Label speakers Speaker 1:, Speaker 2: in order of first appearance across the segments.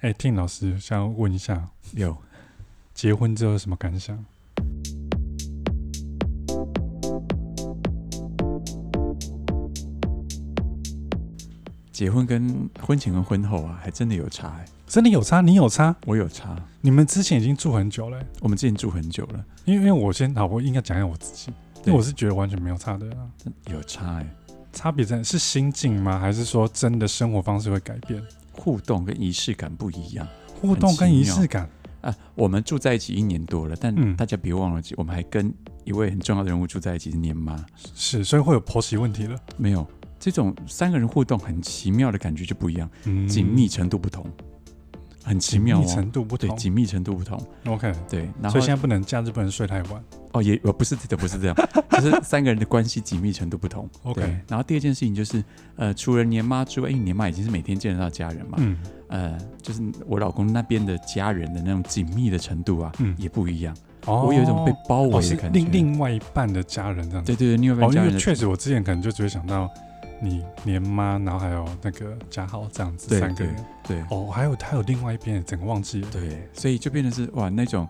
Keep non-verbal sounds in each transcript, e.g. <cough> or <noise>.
Speaker 1: 哎、t i n 老师，想要问一下，
Speaker 2: 有
Speaker 1: 结婚之后有什么感想？
Speaker 2: 结婚跟婚前跟婚后啊，还真的有差、欸。
Speaker 1: 真的有差？你有差？
Speaker 2: 我有差，
Speaker 1: 你们之前已经住很久了欸、
Speaker 2: 我们之前住很久了，
Speaker 1: 因为因为我先好，我应该讲一下我自己，因
Speaker 2: 对
Speaker 1: 为我是觉得完全没有差的啊。
Speaker 2: 有差哎、
Speaker 1: 差别在是心境吗？还是说真的生活方式会改变？
Speaker 2: 互动跟仪式感不一样
Speaker 1: 互动跟仪式感？
Speaker 2: 啊。我们住在一起一年多了，但
Speaker 1: 嗯
Speaker 2: 大家别忘了，我们还跟一位很重要的人物住在一起是年妈。
Speaker 1: 是，所以会有婆媳问题了。
Speaker 2: 没有这种三个人互动很奇妙的感觉就不一样，
Speaker 1: 嗯
Speaker 2: 紧密程度不同，很奇
Speaker 1: 紧
Speaker 2: 妙
Speaker 1: 密
Speaker 2: 哦。
Speaker 1: 程度不
Speaker 2: 对，
Speaker 1: 同。
Speaker 2: 紧密程度不同。
Speaker 1: OK，
Speaker 2: 对，然
Speaker 1: 所
Speaker 2: 后
Speaker 1: 以现在不能假日不能睡太晚。
Speaker 2: 哦，也我不是这个，不是这样，就是三个人的关系紧密程度不同。
Speaker 1: OK
Speaker 2: 对然后第二件事情就是，呃，除了年妈之外，因为年妈已经是每天见得到家人嘛，
Speaker 1: 嗯，
Speaker 2: 呃，就是我老公那边的家人的那种紧密的程度啊，
Speaker 1: 嗯
Speaker 2: 也不一样。
Speaker 1: 哦
Speaker 2: 我有一种被包
Speaker 1: 哦
Speaker 2: 围
Speaker 1: 是
Speaker 2: 的感觉。
Speaker 1: 另另外一半的家人这样子。
Speaker 2: 对对对，另外一
Speaker 1: 哦，
Speaker 2: 边家
Speaker 1: 因为
Speaker 2: 人的、
Speaker 1: 确实我之前可能就只会想到你年妈，然后还有那个嘉豪这样子
Speaker 2: 对
Speaker 1: 三个人。
Speaker 2: 对
Speaker 1: 哦，还有还有另外一边，整个忘记了。
Speaker 2: 对，所以就变成是哇那种。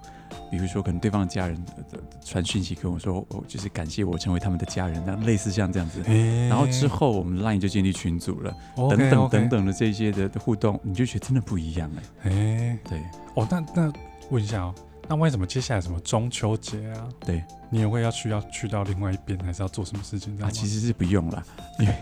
Speaker 2: 比如说，可能对方的家人呃呃传讯息跟我说，我就是感谢我成为他们的家人，那类似像这样子。
Speaker 1: 诶
Speaker 2: 然后之后，我们 LINE 就建立群组了，
Speaker 1: OK，OK
Speaker 2: 等等等，等的这些的互动，你就觉得真的不一样哎、
Speaker 1: 哎，
Speaker 2: 对，啊
Speaker 1: 哦，那那问一下哦，那为什么接下来什么中秋节啊？
Speaker 2: 对，
Speaker 1: 你也会要去要去到另外一边，还是要做什么事情？这样吗
Speaker 2: 啊，其实是不用啦， <laughs> 因为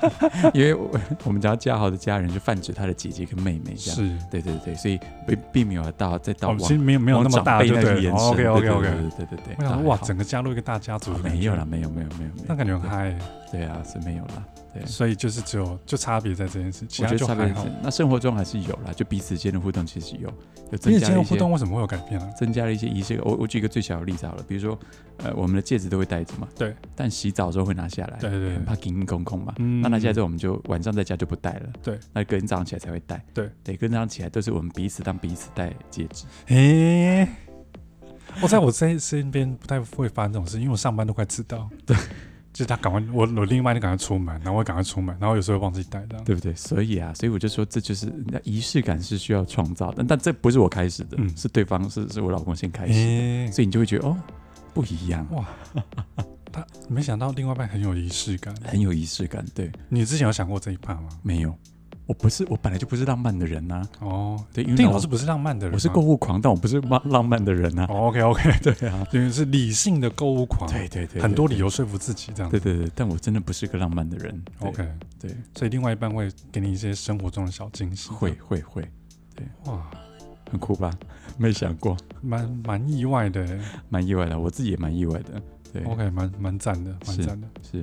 Speaker 2: 因为我我们家嘉豪的家人就泛指他的姐姐跟妹妹这样。
Speaker 1: 是，
Speaker 2: 对对对，所以并并没有到再到
Speaker 1: 哦
Speaker 2: 往，
Speaker 1: 其实没有没有那么大，
Speaker 2: 往
Speaker 1: 对
Speaker 2: 长
Speaker 1: 不
Speaker 2: 辈那
Speaker 1: 对
Speaker 2: 里
Speaker 1: 哎
Speaker 2: 延伸。
Speaker 1: ？OK
Speaker 2: 对
Speaker 1: OK
Speaker 2: 对
Speaker 1: OK。
Speaker 2: 对对对对。
Speaker 1: 我
Speaker 2: 倒
Speaker 1: 想
Speaker 2: 还
Speaker 1: 说哇，
Speaker 2: 好
Speaker 1: 整个加入一个大家族的感觉，
Speaker 2: 没有啦，没有没有没有没
Speaker 1: 那
Speaker 2: 有，
Speaker 1: 感觉很嗨。
Speaker 2: 对啊是没有啦。对，
Speaker 1: 所以就是只有就差别在这件事，其
Speaker 2: 我
Speaker 1: 他
Speaker 2: 觉
Speaker 1: 就
Speaker 2: 得差
Speaker 1: 还
Speaker 2: 别
Speaker 1: 好
Speaker 2: 是。，那生活中还是有啦，就彼此间的互动其实有有
Speaker 1: 因
Speaker 2: 增
Speaker 1: 为今
Speaker 2: 加
Speaker 1: 天
Speaker 2: 了一
Speaker 1: 互
Speaker 2: 些
Speaker 1: 动为什么会有改变啊呢？
Speaker 2: 增加了一些仪式感。我我举一个最小的例子好了，比如说呃我们的戒指都会戴着嘛，
Speaker 1: 对，
Speaker 2: 但洗澡的时候会拿下来，
Speaker 1: 对对对
Speaker 2: 很怕空空空嘛，
Speaker 1: 嗯
Speaker 2: 那拿下来之后，我们就晚上在家就不戴了。
Speaker 1: 对，
Speaker 2: 那隔天早上起来才会戴。
Speaker 1: 对，
Speaker 2: 对，隔天早上起来都是我们彼此当彼此戴戒指。
Speaker 1: 诶、我在我在身边不太会发生这种事，因为我上班都快迟到。对，就是他赶快，我我另外一个赶快出门，然后我也赶快出门，然后有时候会忘记带这样。
Speaker 2: 对不对？所以啊，所以我就说，这就是那仪式感是需要创造的，但这不是我开始的，
Speaker 1: 嗯
Speaker 2: 是对方是是我老公先开始，
Speaker 1: 诶、
Speaker 2: 所以你就会觉得哦，不一样，
Speaker 1: 哇，他没想到另外一半很有仪式感。
Speaker 2: 很有仪式感。对，
Speaker 1: 你之前有想过这一趴吗？
Speaker 2: 没有，我不是，我本来就不是浪漫的人呐、
Speaker 1: 哦，
Speaker 2: 对，因为
Speaker 1: 丁
Speaker 2: 我
Speaker 1: 老师不是浪漫的人吗，啊
Speaker 2: 我是购物狂，但我不是浪浪漫的人呐、啊
Speaker 1: 哦、OK <laughs> OK，
Speaker 2: 对啊，
Speaker 1: 因为是理性的购物狂，
Speaker 2: 对对对对
Speaker 1: 很多
Speaker 2: 对
Speaker 1: 理由说服自己这样。
Speaker 2: 对对对，但我真的不是个浪漫的人。对
Speaker 1: OK，
Speaker 2: 对，
Speaker 1: 所以另外一半会给你一些生活中的小惊喜。
Speaker 2: 会会会，
Speaker 1: 哇，
Speaker 2: 很酷吧？没想过。
Speaker 1: 蛮蛮意外的欸耶。
Speaker 2: 蛮意外的，我自己也蛮意外的。对
Speaker 1: OK，蛮蛮赞的，蛮
Speaker 2: 是
Speaker 1: 赞的。
Speaker 2: 是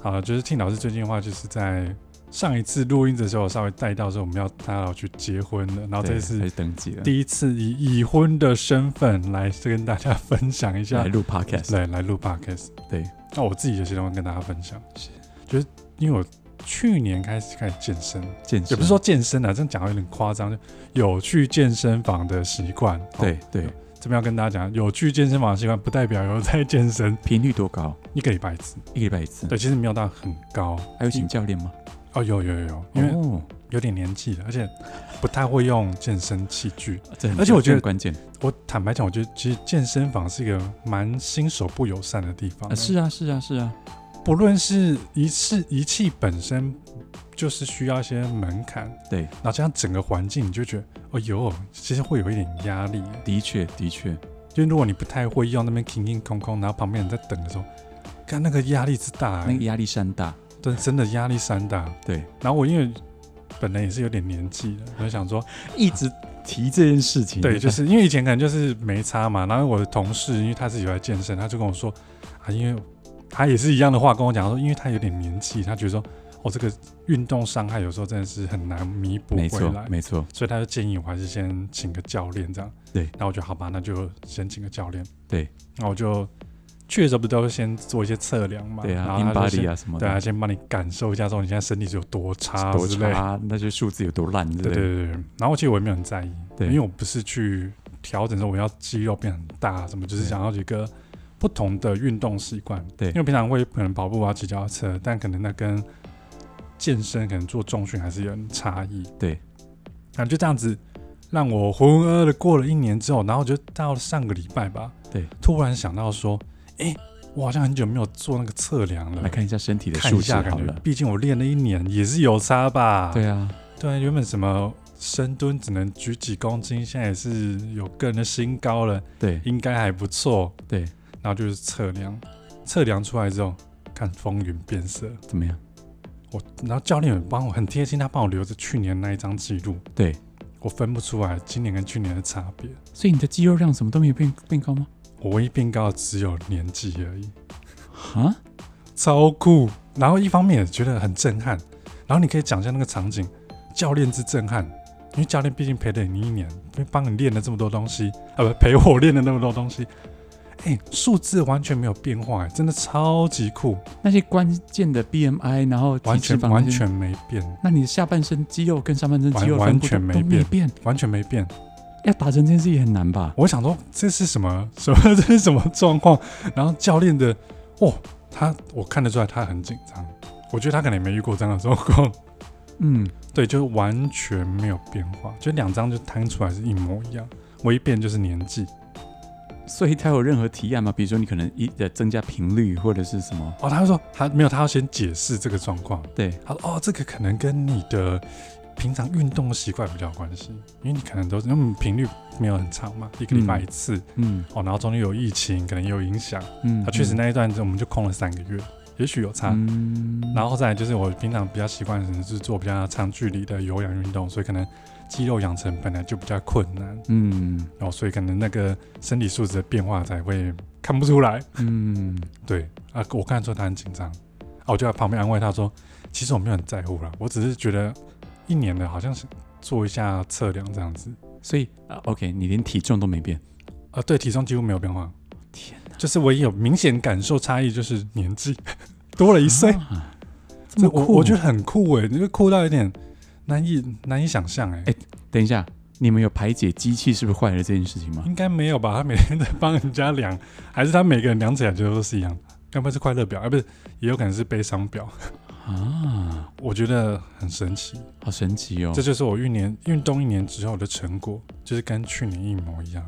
Speaker 1: 好了，就是听老师最近的话，就是在上一次录音的时候，稍微带到说我们要他要去结婚了，然后这
Speaker 2: 对还
Speaker 1: 次
Speaker 2: 是登记了，
Speaker 1: 第一次以已婚的身份来跟大家分享一下
Speaker 2: 来，录 podcast，
Speaker 1: 来来录 podcast。
Speaker 2: 对，
Speaker 1: 那我自己有些东西跟大家分享，
Speaker 2: 是
Speaker 1: 就是因为我去年开始开始健身，
Speaker 2: 健身
Speaker 1: 也不是说健身啊，这样讲有点夸张，就有去健身房的习惯。哦
Speaker 2: 对对，
Speaker 1: 这边要跟大家讲，有去健身房的习惯，不代表有在健身，
Speaker 2: 频率多高？
Speaker 1: 一个礼拜一次。
Speaker 2: 一个礼拜一次？
Speaker 1: 对，其实没有到很高
Speaker 2: 还有请教练吗？
Speaker 1: 哦，有有有有，因为
Speaker 2: 哦，
Speaker 1: 有点年纪了，而且不太会用健身器具。
Speaker 2: 这很
Speaker 1: 而且我觉得
Speaker 2: 这很关键啊
Speaker 1: 我坦白讲，我觉得其实健身房是一个蛮新手不友善的地方、
Speaker 2: 啊，是啊是啊是啊，
Speaker 1: 不论是仪式仪器本身，就是需要一些门槛，
Speaker 2: 对，
Speaker 1: 然后加上整个环境，你就觉得，哦哟，其实会有一点压力。
Speaker 2: 的确的确，
Speaker 1: 就如果你不太会用那边空空空空，然后旁边人在等的时候，看那个压力之大、欸
Speaker 2: 那个压力山大，
Speaker 1: 真真的压力山大。
Speaker 2: 对，
Speaker 1: 然后我因为本来也是有点年纪了，我就想说，
Speaker 2: 一直提这件事情，
Speaker 1: 对，就是因为以前可能就是没差嘛。然后我的同事，因为他自己有在健身，他就跟我说，啊，因为他也是一样的话跟我讲说，因为他有点年纪，他觉得说，哦，这个运动伤害有时候真的是很难弥补
Speaker 2: <laughs> 没
Speaker 1: 回
Speaker 2: 错
Speaker 1: 来，
Speaker 2: 没错，
Speaker 1: 所以他就建议我还是先请个教练这样。
Speaker 2: 对
Speaker 1: 然后我就好吧，那就先请个教练。
Speaker 2: 对，
Speaker 1: 那我就去的时候不都会先做一些测量嘛？
Speaker 2: 对
Speaker 1: 然
Speaker 2: 啊
Speaker 1: 后
Speaker 2: ，in
Speaker 1: 他就先
Speaker 2: body 啊什么
Speaker 1: 对啊，
Speaker 2: 的，
Speaker 1: 先帮你感受一下，说你现在身体是有多差
Speaker 2: 多
Speaker 1: 之类的。
Speaker 2: 差，那些数字有多烂之
Speaker 1: 对
Speaker 2: 类的，
Speaker 1: 对对。对然后其实我也没有很在意，
Speaker 2: 对
Speaker 1: 因为我不是去调整说我要肌肉变很大什么，就是
Speaker 2: 对
Speaker 1: 想要一个不同的运动习惯。
Speaker 2: 对
Speaker 1: 因为平常会可能跑步啊、骑脚踏车，但可能那跟健身可能做重训还是有点差异。
Speaker 2: 对，
Speaker 1: 然后就这样子让我浑浑噩噩的过了一年之后，然后就到了上个礼拜吧，
Speaker 2: 对，
Speaker 1: 突然想到说，哎、我好像很久没有做那个测量了
Speaker 2: 来，嗯看一下身体的
Speaker 1: 看
Speaker 2: 数
Speaker 1: 一
Speaker 2: 值
Speaker 1: 下感
Speaker 2: 好
Speaker 1: 觉
Speaker 2: 了，。
Speaker 1: 毕竟我练了一年也是有差吧。
Speaker 2: 对啊，
Speaker 1: 对，原本什么深蹲只能举几公斤，现在也是有个人的新高了，
Speaker 2: 对
Speaker 1: 应该还不错。
Speaker 2: 对，
Speaker 1: 然后就是测量，测量出来之后，看风云变色。
Speaker 2: 怎么样？
Speaker 1: 我，然后教练也帮我很贴心，他帮我留着去年那一张记录，
Speaker 2: 对，
Speaker 1: 我分不出来今年跟去年的差别。
Speaker 2: 所以你的肌肉量什么都没有变变高吗？
Speaker 1: 我唯一变高的只有年纪而已，
Speaker 2: 啊，
Speaker 1: 超酷。然后一方面也觉得很震撼，然后你可以讲一下那个场景，教练之震撼，因为教练毕竟陪了你一年，帮你练了这么多东西，啊不，陪我练了那么多东西，哎，数字完全没有变化、哎真的超级酷，
Speaker 2: 那些关键的 BMI，然后体
Speaker 1: 完
Speaker 2: 脂
Speaker 1: 全
Speaker 2: 肪
Speaker 1: 完
Speaker 2: 那些
Speaker 1: 全没变，
Speaker 2: 那你的下半身肌肉跟上半身肌肉
Speaker 1: 完
Speaker 2: 分布
Speaker 1: 完全
Speaker 2: 都
Speaker 1: 没
Speaker 2: 都
Speaker 1: 变
Speaker 2: 变，
Speaker 1: 完全没变。
Speaker 2: 要达成这件事也很难吧？
Speaker 1: 我想说这是什么什么 <laughs> 这是什么状况？然后教练的哦，他我看得出来他很紧张，我觉得他可能也没遇过这样的状况。
Speaker 2: 嗯，
Speaker 1: 对，就完全没有变化，就两张就摊出来是一模一样，唯一变就是年纪。
Speaker 2: 所以他有任何提案吗？比如说你可能一呃增加频率或者是什么？
Speaker 1: 哦，他就说他没有，他要先解释这个状况。
Speaker 2: 对，
Speaker 1: 他说哦，这个可能跟你的平常运动习惯比较有关系，因为你可能都是因为我们频率没有很长嘛，一个礼拜一次、
Speaker 2: 嗯
Speaker 1: 哦，然后中间有疫情，可能也有影响。
Speaker 2: 嗯
Speaker 1: 他、确实那一段我们就空了三个月，也许有差。
Speaker 2: 嗯，
Speaker 1: 然
Speaker 2: 后
Speaker 1: 后再来就是我平常比较习惯的是做比较长距离的有氧运动，所以可能肌肉养成本来就比较困难。
Speaker 2: 嗯
Speaker 1: 然后哦所以可能那个身体素质的变化才会看不出来。
Speaker 2: 嗯，
Speaker 1: 对啊，我看得出他很紧张，啊，我就在旁边安慰他说，其实我没有很在乎啦，我只是觉得一年的好像是做一下测量这样子。
Speaker 2: 所以啊、o k 你连体重都没变，
Speaker 1: 啊，对，体重几乎没有变化，
Speaker 2: 天哪，
Speaker 1: 就是唯一有明显感受差异就是年纪 <laughs> 多了一岁，
Speaker 2: 啊这
Speaker 1: 这
Speaker 2: 么
Speaker 1: 我
Speaker 2: 酷？哦
Speaker 1: 我觉得很酷诶、因为酷到有点难以难以想象诶、欸
Speaker 2: 哎等一下，你们有排解机器是不是坏了这件事情吗？
Speaker 1: 应该没有吧？他每天在帮人家量，还是他每个人量起来觉得都是一样的？要不然是快乐表，啊，不是，也有可能是悲伤表。
Speaker 2: 啊，
Speaker 1: 我觉得很神奇，
Speaker 2: 好神奇哦！
Speaker 1: 这就是我一年运动一年之后的成果，就是跟去年一模一样。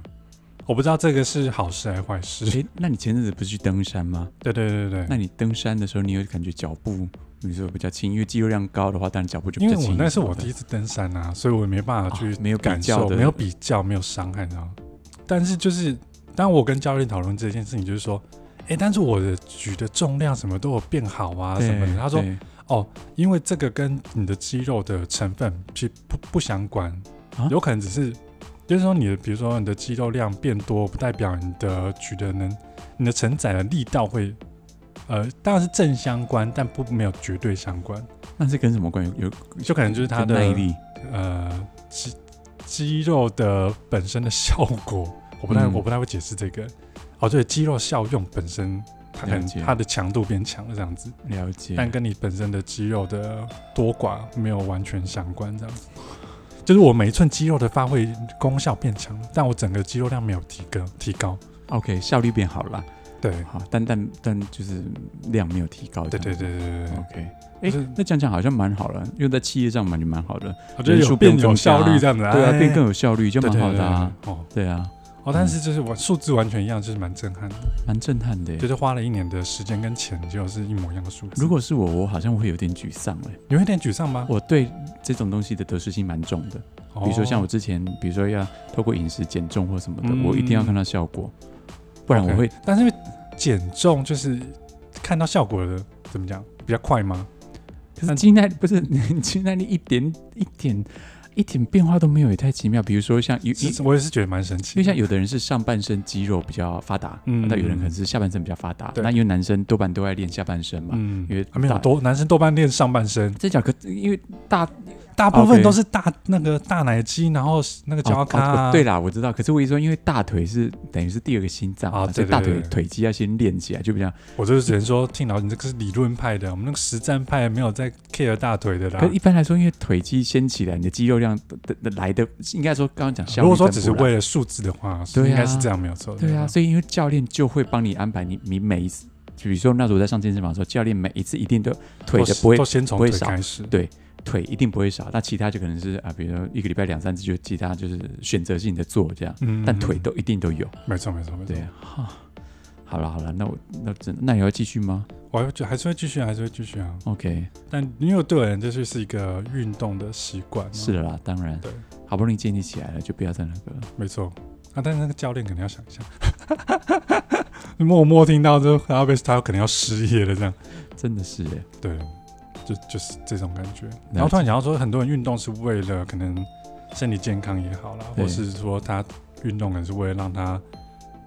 Speaker 1: 我不知道这个是好事还是嗯坏事。
Speaker 2: 哎，那你前阵子不是去登山吗？
Speaker 1: 对对对对
Speaker 2: 那
Speaker 1: 对，
Speaker 2: 你登山的时候，你有感觉脚步，比如说比较轻，因为肌肉量高的话，当然脚步就比
Speaker 1: 因
Speaker 2: 较
Speaker 1: 为
Speaker 2: 轻。
Speaker 1: 我那是我第一次登山啊，所以我没办法去
Speaker 2: 哦没有比
Speaker 1: 感
Speaker 2: 较
Speaker 1: 受，
Speaker 2: 的
Speaker 1: 没有比较，没有伤害，你知道吗？但是就是，当我跟教练讨论这件事情，就是说，哎，但是我的举的重量什么都有变好啊
Speaker 2: 对
Speaker 1: 什么的。他说，
Speaker 2: 对
Speaker 1: 因为这个跟你的肌肉的成分其实不不相关，
Speaker 2: 啊
Speaker 1: 有可能只是就是说你的，比如说你的肌肉量变多，不代表你的举的能，你的承载的力道会，呃，当然是正相关，但不没有绝对相关，
Speaker 2: 那是跟什么关系？有
Speaker 1: 就可能就是它的
Speaker 2: 跟耐力，
Speaker 1: 呃肌肌肉的本身的效果，我不太、
Speaker 2: 嗯
Speaker 1: 我不太会解释这个。哦，对，肌肉效用本身，它可
Speaker 2: 了
Speaker 1: 能
Speaker 2: 解
Speaker 1: 它的强度变强了这样子。
Speaker 2: 了解。
Speaker 1: 但跟你本身的肌肉的多寡没有完全相关，这样子。就是我每一寸肌肉的发挥功效变强了，但我整个肌肉量没有提高，提高。
Speaker 2: OK，效率变好了啦，
Speaker 1: 对，
Speaker 2: 好，但但但就是量没有提高。
Speaker 1: 对对
Speaker 2: 这样
Speaker 1: 对对对对，
Speaker 2: ，OK。
Speaker 1: 就
Speaker 2: 哎
Speaker 1: 是，
Speaker 2: 那这样讲好像蛮好了，用在企业上蛮就蛮好的，
Speaker 1: 我觉得有变有效率这样子啊，
Speaker 2: 对啊，
Speaker 1: 哎
Speaker 2: 变更有效率就
Speaker 1: 对
Speaker 2: 蛮
Speaker 1: 对
Speaker 2: 好
Speaker 1: 对
Speaker 2: 的啊，
Speaker 1: 对对哦
Speaker 2: 对啊，
Speaker 1: 哦，但是就是我数字完全一样，就是蛮震撼的，
Speaker 2: 蛮震撼的耶。
Speaker 1: 就是花了一年的时间跟钱，结果是一模一样的数字。
Speaker 2: 如果是我，我好像会有点沮丧哎，
Speaker 1: 你会有点沮丧吗？
Speaker 2: 我对这种东西的得失心蛮重的。
Speaker 1: 哦
Speaker 2: 比如说像我之前，比如说要透过饮食减重或什么的，
Speaker 1: 嗯
Speaker 2: 我一定要看到效果，不然我
Speaker 1: OK
Speaker 2: 会
Speaker 1: 但是因为减重就是看到效果的，怎么讲比较快吗？
Speaker 2: 可是肌耐不是 <laughs> 肌耐力一点一点一点变化都没有，也太奇妙。比如说像有
Speaker 1: 是
Speaker 2: 因
Speaker 1: 我也是觉得蛮神奇
Speaker 2: 为
Speaker 1: 的，
Speaker 2: 像有的人是上半身肌肉比较发达，
Speaker 1: 嗯
Speaker 2: 那有人可能是下半身比较发达。
Speaker 1: 对
Speaker 2: 那因为男生多半都爱练下半身嘛，
Speaker 1: 嗯
Speaker 2: 因为
Speaker 1: 啊没有
Speaker 2: 大
Speaker 1: 多男生多半练上半身，
Speaker 2: 这脚可因为大
Speaker 1: 大部分
Speaker 2: 啊 OK
Speaker 1: 都是大那个大奶肌，然后那个脚
Speaker 2: 哦
Speaker 1: 咖、啊
Speaker 2: 哦对啦，我知道。可是我一说，因为大腿是等于是第二个心脏嘛，
Speaker 1: 啊对
Speaker 2: 所以大
Speaker 1: 对
Speaker 2: 腿
Speaker 1: 对
Speaker 2: 腿肌要先练起来，就比较。
Speaker 1: 我就是只能说，听老你这个是理论派的，我们那个实战派没有在 care 大腿的啦
Speaker 2: 可。是一般来说，因为腿肌先起来，你的肌肉量的的的来的，应该说刚刚讲效
Speaker 1: 如
Speaker 2: 率
Speaker 1: 果说
Speaker 2: 跟
Speaker 1: 只
Speaker 2: 不
Speaker 1: 是嗯
Speaker 2: 来
Speaker 1: 为了数字的话，
Speaker 2: 对啊
Speaker 1: 应该是这样没有错。
Speaker 2: 对啊，所以因为教练就会帮你安排你你每一次，比如说那时候我在上健身房的时候，教练每一次一定都
Speaker 1: 对吧
Speaker 2: 腿的
Speaker 1: 都
Speaker 2: 不会
Speaker 1: 都先从
Speaker 2: 不会
Speaker 1: 腿
Speaker 2: 少
Speaker 1: 开始。
Speaker 2: 对腿一定不会少，那其他就可能是啊，比如说一个礼拜两三次，就其他就是选择性的做这样，
Speaker 1: 嗯，
Speaker 2: 但腿都一定都有。
Speaker 1: 没错没错没错
Speaker 2: 对，，哈，好了好了，那我那真那也要继续吗
Speaker 1: 我还就还是会继续啊，还是会继续啊。
Speaker 2: ？OK，
Speaker 1: 但因为对我而言，这就是一个运动的习惯、
Speaker 2: 是，啊的啦，当然
Speaker 1: 对，
Speaker 2: 好不容易建立起来了，就不要再那个了。
Speaker 1: 没错啊。但是那个教练可能要想一下， <laughs> 默默听到之后，然后被他可能要失业了这样。
Speaker 2: 真的是哎，
Speaker 1: 对，就就是这种感觉。然后突然想到说，很多人运动是为了可能身体健康也好啦，
Speaker 2: 对
Speaker 1: 或是说他运动可能是为了让他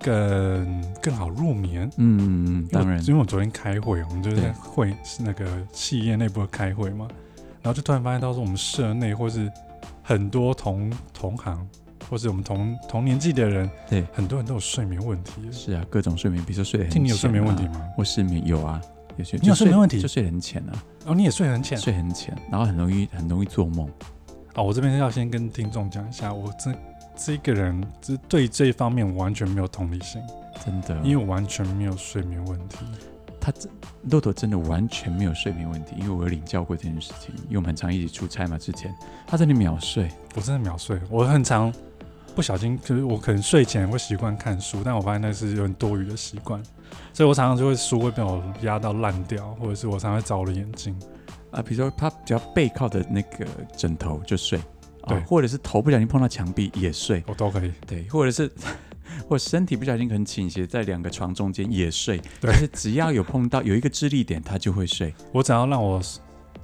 Speaker 1: 更更好入眠。
Speaker 2: 嗯，当然
Speaker 1: 因为我因为我昨天开会，我们就是
Speaker 2: 对
Speaker 1: 在会是那个企业内部的开会嘛，然后就突然发现到说，我们社内或是很多同同行，或是我们同同年纪的人，
Speaker 2: 对
Speaker 1: 很多人都有睡眠问题。
Speaker 2: 是啊，各种睡眠，比如说睡得很
Speaker 1: 听
Speaker 2: 浅、啊，
Speaker 1: 你有睡眠问题？吗？
Speaker 2: 我失眠有啊，有些
Speaker 1: 你有
Speaker 2: 就
Speaker 1: 睡眠问题
Speaker 2: 就睡得很浅啊，
Speaker 1: 哦，你也睡很浅
Speaker 2: 睡很浅，然后很容易很容易做梦。
Speaker 1: 啊，我这边要先跟听众讲一下，我这这个人，这对这一方面我完全没有同理心，
Speaker 2: 真的，
Speaker 1: 因为我完全没有睡眠问题。
Speaker 2: 他真豆豆真的完全没有睡眠问题，因为我有领教过这件事情，因为我们很常一起出差嘛，之前他真的秒睡，
Speaker 1: 我真的秒睡，我很常不小心，就是我可能睡前会习惯看书，但我发现那是有点多余的习惯，所以我常常就会书会被我压到烂掉，或者是我常常会找我的眼睛。
Speaker 2: 啊，比如说他只要背靠着那个枕头就睡，啊
Speaker 1: 对
Speaker 2: 或者是头不小心碰到墙壁也睡，
Speaker 1: 我都可以，
Speaker 2: 对，或者是或身体不小心可能倾斜在两个床中间也睡，
Speaker 1: 对
Speaker 2: 就是只要有碰到有一个支力点，他就会睡，
Speaker 1: 我只要让我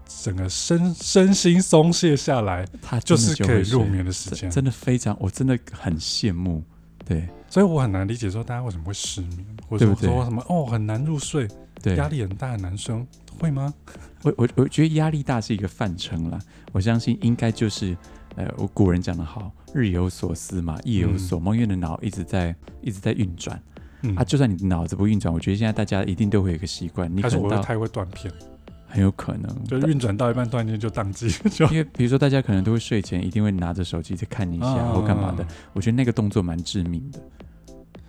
Speaker 1: 整个身身心松懈下来，
Speaker 2: 他
Speaker 1: 就
Speaker 2: 真的
Speaker 1: 是可
Speaker 2: 会
Speaker 1: 以入
Speaker 2: 睡
Speaker 1: 眠的时间
Speaker 2: 真。真的非常，我真的很羡慕，对
Speaker 1: 所以我很难理解说大家为什么会失眠，或者
Speaker 2: 对
Speaker 1: 说
Speaker 2: 不对
Speaker 1: 说什么哦很难入睡，
Speaker 2: 对，
Speaker 1: 压力很大的男生会吗？
Speaker 2: 我我我觉得压力大是一个范畴啦，我相信应该就是，呃，我古人讲的好，日有所思嘛，夜有所梦，因为你的脑一直在一直在运转、
Speaker 1: 嗯
Speaker 2: 啊，就算你的脑子不运转，我觉得现在大家一定都会有一个习惯，
Speaker 1: 还
Speaker 2: 你可
Speaker 1: 是
Speaker 2: 能
Speaker 1: 我会
Speaker 2: 到
Speaker 1: 太会断片，
Speaker 2: 很有可能，
Speaker 1: 就
Speaker 2: 但
Speaker 1: 运转到一半突然间就宕机， <laughs> 就
Speaker 2: <laughs> 因为比如说大家可能都会睡前一定会拿着手机再看一
Speaker 1: 啊
Speaker 2: 下或干嘛的，。我觉得那个动作蛮致命的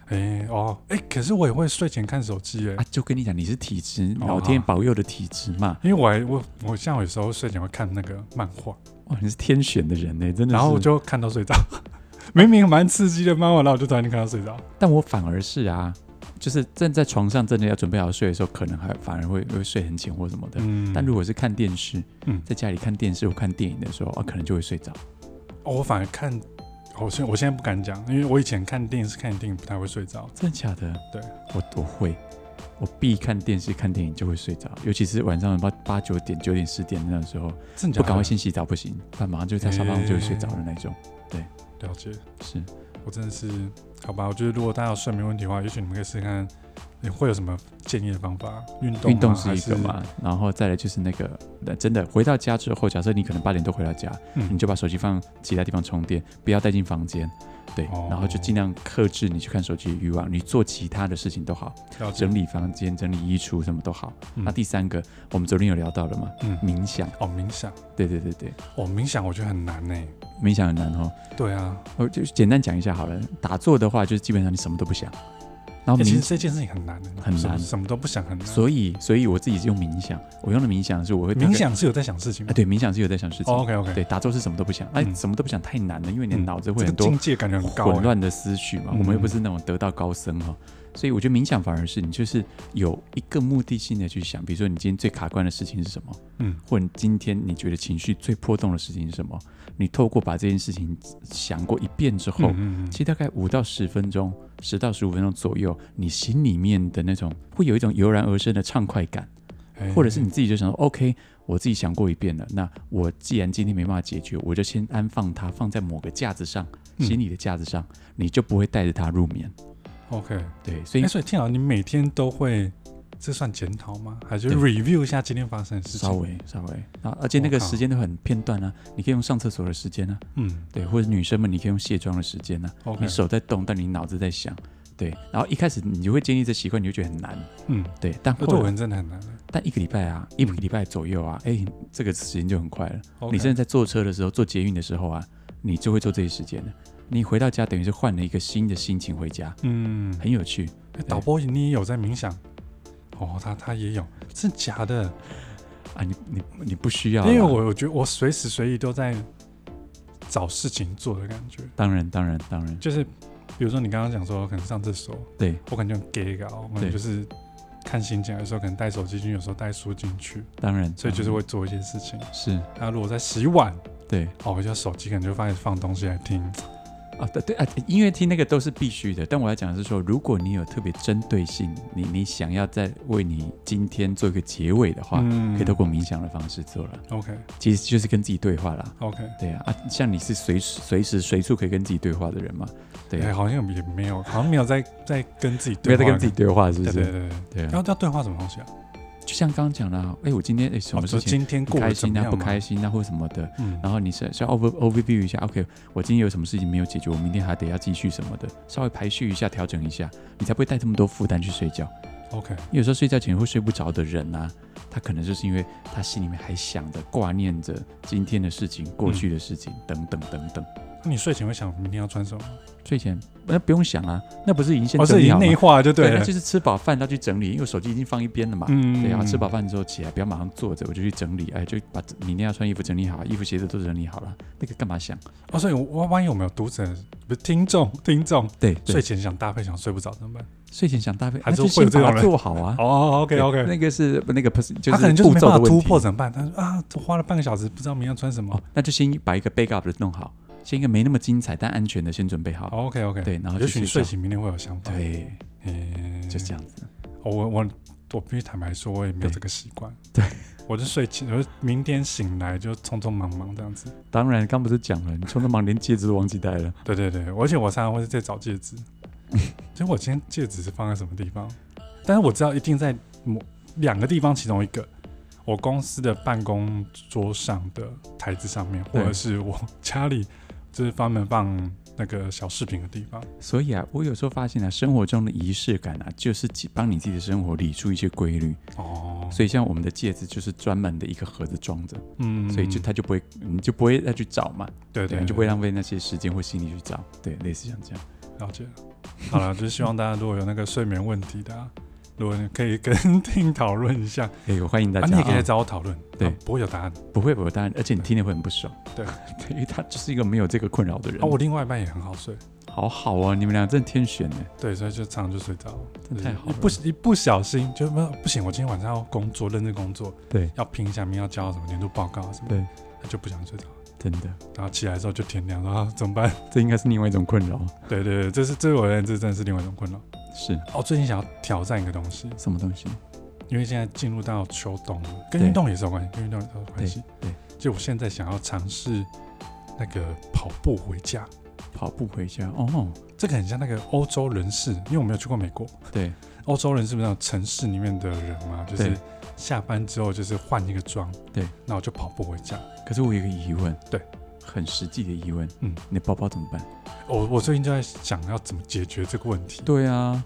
Speaker 1: 哎、哦，哎、可是我也会睡前看手机哎、
Speaker 2: 啊，就跟你讲，你是体质，
Speaker 1: 哦
Speaker 2: 老天保佑的体质嘛，
Speaker 1: 因为我还我我像我有时候睡前会看那个漫画，
Speaker 2: 哇，你是天选的人呢、真的是，
Speaker 1: 哦然后我就看到睡着， <laughs> 明明蛮刺激的漫画，然后我就突然间看到睡着。
Speaker 2: 但我反而是啊，就是正在床上真的要准备好睡的时候，可能还反而会会睡很浅或什么的。
Speaker 1: 嗯
Speaker 2: 但如果是看电视，
Speaker 1: 嗯
Speaker 2: 在家里看电视或看电影的时候，啊，可能就会睡着。
Speaker 1: 哦，我反而看，哦我现我现在不敢讲，因为我以前看电视看电影不太会睡着。
Speaker 2: 真的假的？
Speaker 1: 对，
Speaker 2: 我我会，我必看电视看电影就会睡着，尤其是晚上八八九点、九点、十点那时候，
Speaker 1: 真的假
Speaker 2: 不
Speaker 1: 的
Speaker 2: 赶快先洗澡不行，不然马上就在沙发上就会睡着的那种。
Speaker 1: 了解，
Speaker 2: 是，
Speaker 1: 我真的是好吧？我觉得如果大家有睡眠问题的话，也许你们可以试试看，你会有什么建议的方法？运动、
Speaker 2: 运动
Speaker 1: 啊是
Speaker 2: 是一个？嘛，然后再来就是那个，那真的回到家之后，假设你可能八点多回到家，你
Speaker 1: 嗯，
Speaker 2: 就把手机放其他地方充电，不要带进房间。对，
Speaker 1: 哦
Speaker 2: 然后就尽量克制你去看手机的欲望，你做其他的事情都好，
Speaker 1: 了解
Speaker 2: 整。理房间、整理衣橱什么都好。
Speaker 1: 嗯
Speaker 2: 那第三个，我们昨天有聊到了嘛，
Speaker 1: 嗯，
Speaker 2: 冥想。
Speaker 1: 哦，冥想，
Speaker 2: 对对对对，
Speaker 1: 哦，冥想我觉得很难呢。
Speaker 2: 冥想很难哦。
Speaker 1: 对啊，
Speaker 2: 我就简单讲一下好了。打坐的话，就是基本上你什么都不想，然后
Speaker 1: 欸其
Speaker 2: 哦冥
Speaker 1: 实这件事情很难的，
Speaker 2: 很
Speaker 1: 什么
Speaker 2: 难
Speaker 1: 什么都不想，很难。
Speaker 2: 所以所以我自己是用冥想，我用的冥想是我会大概
Speaker 1: 冥想是有在想事情哦
Speaker 2: 啊，对，冥想是有在想事情。
Speaker 1: ，OK OK，
Speaker 2: 对，打坐是什么都不想，哎、
Speaker 1: 嗯
Speaker 2: 什么都不想太难了，因为你的
Speaker 1: 嗯
Speaker 2: 脑子
Speaker 1: 这
Speaker 2: 会
Speaker 1: 个
Speaker 2: 很多
Speaker 1: 境界感觉很高欸，
Speaker 2: 混乱的思绪嘛，
Speaker 1: 嗯
Speaker 2: 我们又不是那种得道高僧哈、所以我觉得冥想反而是你就是有一个目的性的去想，比如说你今天最卡关的事情是什么，
Speaker 1: 嗯，
Speaker 2: 或者你今天你觉得情绪最波动的事情是什么，你透过把这件事情想过一遍之后，
Speaker 1: 嗯嗯
Speaker 2: 其实大概五到十分钟，十到十五分钟左右，你心里面的那种会有一种油然而生的畅快感，
Speaker 1: 嗯，
Speaker 2: 或者是
Speaker 1: 哎
Speaker 2: 你自己就想说，OK，我自己想过一遍了，那我既然今天没办法解决，我就先安放它，放在某个架子上，
Speaker 1: 嗯
Speaker 2: 心理的架子上，你就不会带着它入眠。
Speaker 1: OK，
Speaker 2: 对，所以
Speaker 1: 哎，所以听好，你每天都会，这算检讨吗？还是
Speaker 2: 对
Speaker 1: review 一下今天发生的事情？
Speaker 2: 稍，微稍微啊，而且那个
Speaker 1: 我靠
Speaker 2: 时间都很片段啊，你可以用上厕所的时间啊，
Speaker 1: 嗯
Speaker 2: 对，或者女生们你可以用卸妆的时间啊，
Speaker 1: ，OK，
Speaker 2: 你手在动，但你脑子在想。对，然后一开始你就会建立这习惯，你就觉得很难，
Speaker 1: 嗯，
Speaker 2: 对，但
Speaker 1: 那
Speaker 2: 后
Speaker 1: 对我
Speaker 2: 来
Speaker 1: 人真的很难欸。
Speaker 2: 但一个礼拜啊，一个礼拜左右啊，哎，这个时间就很快了。
Speaker 1: OK
Speaker 2: 你甚至在坐车的时候、坐捷运的时候啊，你就会做这些时间了。你回到家等于是换了一个新的心情回家，
Speaker 1: 嗯，
Speaker 2: 很有趣。
Speaker 1: 哎导播你也有在冥想？哦，他他也有，真假的？
Speaker 2: 啊，你你你不需要啦，啊
Speaker 1: 因为我我觉得我随时随地都在找事情做的感觉，
Speaker 2: 当然当然当然，
Speaker 1: 就是比如说你刚刚讲说可能上厕所，
Speaker 2: 对
Speaker 1: 我感觉很 gay 搞，我可能
Speaker 2: 对
Speaker 1: 就是看心情，有时候可能带手机进去，有时候带书进去，
Speaker 2: 当然，
Speaker 1: 所以就是
Speaker 2: 当
Speaker 1: 会做一些事情。
Speaker 2: 然是
Speaker 1: 那如果在洗碗，
Speaker 2: 对
Speaker 1: 哦，我就手机可能就放放东西来听，
Speaker 2: 啊，对对啊，音乐厅那个都是必须的。但我要讲的是说，如果你有特别针对性，你你想要再为你今天做一个结尾的话，
Speaker 1: 嗯
Speaker 2: 可以透过冥想的方式做了，
Speaker 1: OK
Speaker 2: 其实就是跟自己对话啦。
Speaker 1: OK，
Speaker 2: 对啊，啊，像你是随时随时随处可以跟自己对话的人嘛？对
Speaker 1: 哎，
Speaker 2: 啊，
Speaker 1: 好像也没有，好像没有在在跟自己
Speaker 2: 不
Speaker 1: 对
Speaker 2: 要
Speaker 1: 话，
Speaker 2: 再跟自己对话，是不
Speaker 1: 对
Speaker 2: 是？
Speaker 1: 对对对，
Speaker 2: 对啊
Speaker 1: 要，要对话什么东西啊？
Speaker 2: 就像刚刚讲的、啊，哎，我今天哎什
Speaker 1: 哦
Speaker 2: 么
Speaker 1: 说
Speaker 2: 事情
Speaker 1: 今天过得
Speaker 2: 开
Speaker 1: 怎
Speaker 2: 心
Speaker 1: 么
Speaker 2: 啊，
Speaker 1: 样？
Speaker 2: 不开，心啊，或什么的，
Speaker 1: 嗯，
Speaker 2: 然后你是是要 over overview 一下，OK，我今天有什么事情没有解决，我明天还得要继续什么的，稍微排序一下，调整一下，你才不会带这么多负担去睡觉。
Speaker 1: OK，
Speaker 2: 因为有时候睡觉前会睡不着的人啊，他可能就是因为他心里面还想着、挂念着今天的事情、过去的事情、等等等等。
Speaker 1: 那你睡前会想明天要穿什么？
Speaker 2: 睡前那不用想啊，那不是已经先
Speaker 1: 哦，
Speaker 2: 整
Speaker 1: 这已
Speaker 2: 理
Speaker 1: 经
Speaker 2: 好吗
Speaker 1: 内化了就
Speaker 2: 对，
Speaker 1: 了
Speaker 2: 那，就是吃饱饭要去整理，因为我手机已经放一边了嘛。
Speaker 1: 嗯
Speaker 2: 对啊，吃饱饭之后起来，不要马上坐着，我就去整理，哎，就把明天要穿衣服整理好，衣服鞋子都整理好了，那个干嘛想？
Speaker 1: 哦，所以我万一我们有读者不是听众，听众
Speaker 2: 对，对
Speaker 1: 睡前想搭配想睡不着怎么办？
Speaker 2: 睡前想搭配，
Speaker 1: 还是
Speaker 2: 那就
Speaker 1: 会有
Speaker 2: 先
Speaker 1: 这
Speaker 2: 把
Speaker 1: 种
Speaker 2: 它
Speaker 1: 人
Speaker 2: 做好啊。
Speaker 1: 哦，OK
Speaker 2: 对
Speaker 1: OK，
Speaker 2: 那个是那个 person 就
Speaker 1: 他可
Speaker 2: 是
Speaker 1: 能就是
Speaker 2: 步
Speaker 1: 没
Speaker 2: 骤
Speaker 1: 办
Speaker 2: 的
Speaker 1: 法
Speaker 2: 问
Speaker 1: 突
Speaker 2: 题
Speaker 1: 破。怎么办？他说啊，我花了半个小时不知道明天要穿什么
Speaker 2: 哦。，那就先把一个 backup 的弄好，先一个没那么精彩但安全的先准备好。
Speaker 1: OK OK，，
Speaker 2: 对，然后
Speaker 1: 也许
Speaker 2: 去睡
Speaker 1: 你睡
Speaker 2: 觉。
Speaker 1: 醒明天会有想法。
Speaker 2: 对，
Speaker 1: 嗯，
Speaker 2: 就这样子。
Speaker 1: 哦。我我我必须坦白说，我也没有
Speaker 2: 对
Speaker 1: 这个习惯。
Speaker 2: 对，
Speaker 1: 我就睡起，我就明天醒来就匆匆忙忙这样子。
Speaker 2: 当然，刚不是讲了，你匆匆忙连戒指都忘记带了。
Speaker 1: 对对对，而且我常常会在找戒
Speaker 2: <laughs>
Speaker 1: 指。其实我今天戒指是放在什么地方？但是我知道一定在某两个地方其中一个，我公司的办公桌上的台子上面，或
Speaker 2: 对
Speaker 1: 者是我家里就是专门放那个小饰品的地方。
Speaker 2: 所以啊，我有时候发现啊，生活中的仪式感啊，就是去帮你自己的生活理出一些规律。
Speaker 1: 哦，
Speaker 2: 所以像我们的戒指就是专门的一个盒子装着，
Speaker 1: 嗯
Speaker 2: 所以就它就不会，你就不会再去找嘛，
Speaker 1: 对
Speaker 2: 对，
Speaker 1: 对，
Speaker 2: 你就不会
Speaker 1: 对
Speaker 2: 浪费那些时间或心力去找。对，类似像这样。
Speaker 1: 了解了。好了，就是希望大家如果有那个睡眠问题的、啊，如果你可以跟听讨论一下，啊，
Speaker 2: 哎，我欢迎大
Speaker 1: 你
Speaker 2: 家
Speaker 1: 也可以
Speaker 2: 啊
Speaker 1: 来找我讨论，
Speaker 2: 对
Speaker 1: 啊不会有答案。
Speaker 2: 不会不会，当然，而且你听了会很不爽。
Speaker 1: 对
Speaker 2: <laughs> 对，因为他就是一个没有这个困扰的人。
Speaker 1: 啊，我另外一半也很好睡。
Speaker 2: 好好哦，你们俩真天选呢。
Speaker 1: 对，所以就常常就睡着了，就
Speaker 2: 真
Speaker 1: 是
Speaker 2: 太好
Speaker 1: 一
Speaker 2: 了
Speaker 1: 不一不小心就没有不行，我今天晚上要工作，认真工作，
Speaker 2: 对
Speaker 1: 要拼一下命，要交什么年度报告啊什么，
Speaker 2: 对，
Speaker 1: 他就不想睡着，
Speaker 2: 真的，
Speaker 1: 然后起来之后就天亮，然后怎么办？ <laughs>
Speaker 2: 这应该是另外一种困扰。
Speaker 1: 对对对，这是这是我认这真的是另外一种困扰。
Speaker 2: 是
Speaker 1: 哦，最近想要挑战一个东西，
Speaker 2: 什么东西？
Speaker 1: 因为现在进入到秋冬了，跟
Speaker 2: 对
Speaker 1: 运动也是有关系，跟运动也是有关系。
Speaker 2: 对
Speaker 1: 就我现在想要尝试那个跑步回家，
Speaker 2: 跑步回家哦，
Speaker 1: 这个很像那个欧洲人士，因为我没有去过美国， <laughs>
Speaker 2: 对
Speaker 1: 欧洲人是不是那种城市里面的人嘛？就是
Speaker 2: 对
Speaker 1: 下班之后就是换一个妆，
Speaker 2: 对，
Speaker 1: 那我就跑步回家。
Speaker 2: 可是我有一个疑问，
Speaker 1: 对，
Speaker 2: 很实际的疑问，
Speaker 1: 嗯，
Speaker 2: 你的包包怎么办？
Speaker 1: 我我最近就在想要怎么解决这个问题，
Speaker 2: 对啊，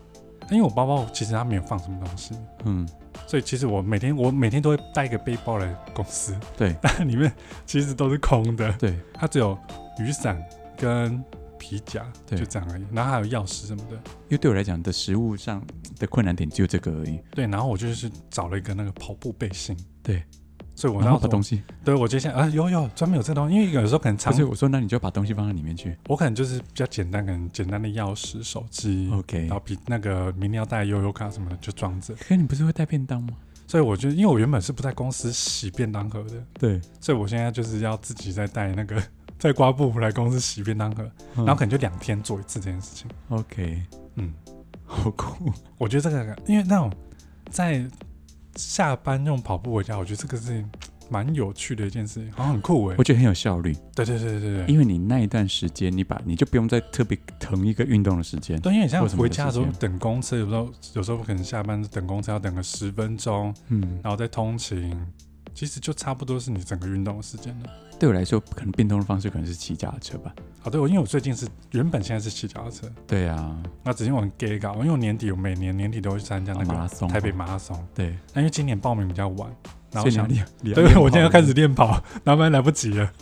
Speaker 1: 因为我包包其实它没有放什么东西，
Speaker 2: 嗯，
Speaker 1: 所以其实我每天我每天都会带一个背包来公司，
Speaker 2: 对
Speaker 1: <laughs> 但里面其实都是空的，
Speaker 2: 对，
Speaker 1: 它只有雨伞跟皮夹，
Speaker 2: 对
Speaker 1: 就这样而已，然后还有钥匙什么的。
Speaker 2: 因为对我来讲的食物上的困难点只有这个而已。
Speaker 1: 对，然后我就是找了一个那个跑步背心，
Speaker 2: 对，
Speaker 1: 所以我
Speaker 2: 然
Speaker 1: 那
Speaker 2: 后
Speaker 1: 时候
Speaker 2: 把东西，
Speaker 1: 对我接下来啊有有专门有这东西，因为有时候可能
Speaker 2: 不
Speaker 1: 长
Speaker 2: 是我说，那你就把东西放在里面去。
Speaker 1: 我可能就是比较简单，可能简单的钥匙、手机，
Speaker 2: OK，
Speaker 1: 嗯然后比那个明天要带悠悠卡什么的就装着。
Speaker 2: 可你不是会带便当吗？
Speaker 1: 所以我就因为我原本是不在公司洗便当盒的，
Speaker 2: 对，
Speaker 1: 所以我现在就是要自己再带那个 <laughs> 在刮布来公司洗便当盒，然
Speaker 2: 然
Speaker 1: 后可能就两天做一次这件事情。
Speaker 2: 嗯 OK，
Speaker 1: 嗯，
Speaker 2: 好酷，
Speaker 1: 我觉得这个因为那种在下班用跑步回家，我觉得这个是蛮有趣的一件事情，好像很酷哎、
Speaker 2: 我觉得很有效率。
Speaker 1: 对对对对对对
Speaker 2: 因。为你那一段时间，你把你就不用再特别腾一个运动的时间。
Speaker 1: 对，因为你像
Speaker 2: 做什么
Speaker 1: 回
Speaker 2: 的
Speaker 1: 家的
Speaker 2: 事
Speaker 1: 时候
Speaker 2: 情啊
Speaker 1: 等公车，有时候有时候可能下班等公车要等个十分钟，
Speaker 2: 嗯，
Speaker 1: 然后再通勤，其实就差不多是你整个运动的时间了。
Speaker 2: 对我来说，可能变通的方式可能是骑脚踏车吧。
Speaker 1: 好，对，我因为我最近是原本现在是骑脚踏车，
Speaker 2: 对啊，
Speaker 1: 那只是因为我很 gay 搞，因为我年底我每年年底都会去参加那
Speaker 2: 马
Speaker 1: 个
Speaker 2: 拉松，啊
Speaker 1: 台北马拉松，
Speaker 2: 对，
Speaker 1: 那因为今年报名比较晚，然
Speaker 2: 所
Speaker 1: 后
Speaker 2: 以你要
Speaker 1: 想。
Speaker 2: 练，你要
Speaker 1: 对，
Speaker 2: 练
Speaker 1: 我
Speaker 2: 跑
Speaker 1: 现在要
Speaker 2: 步
Speaker 1: 开始练跑，然后不然来不及了，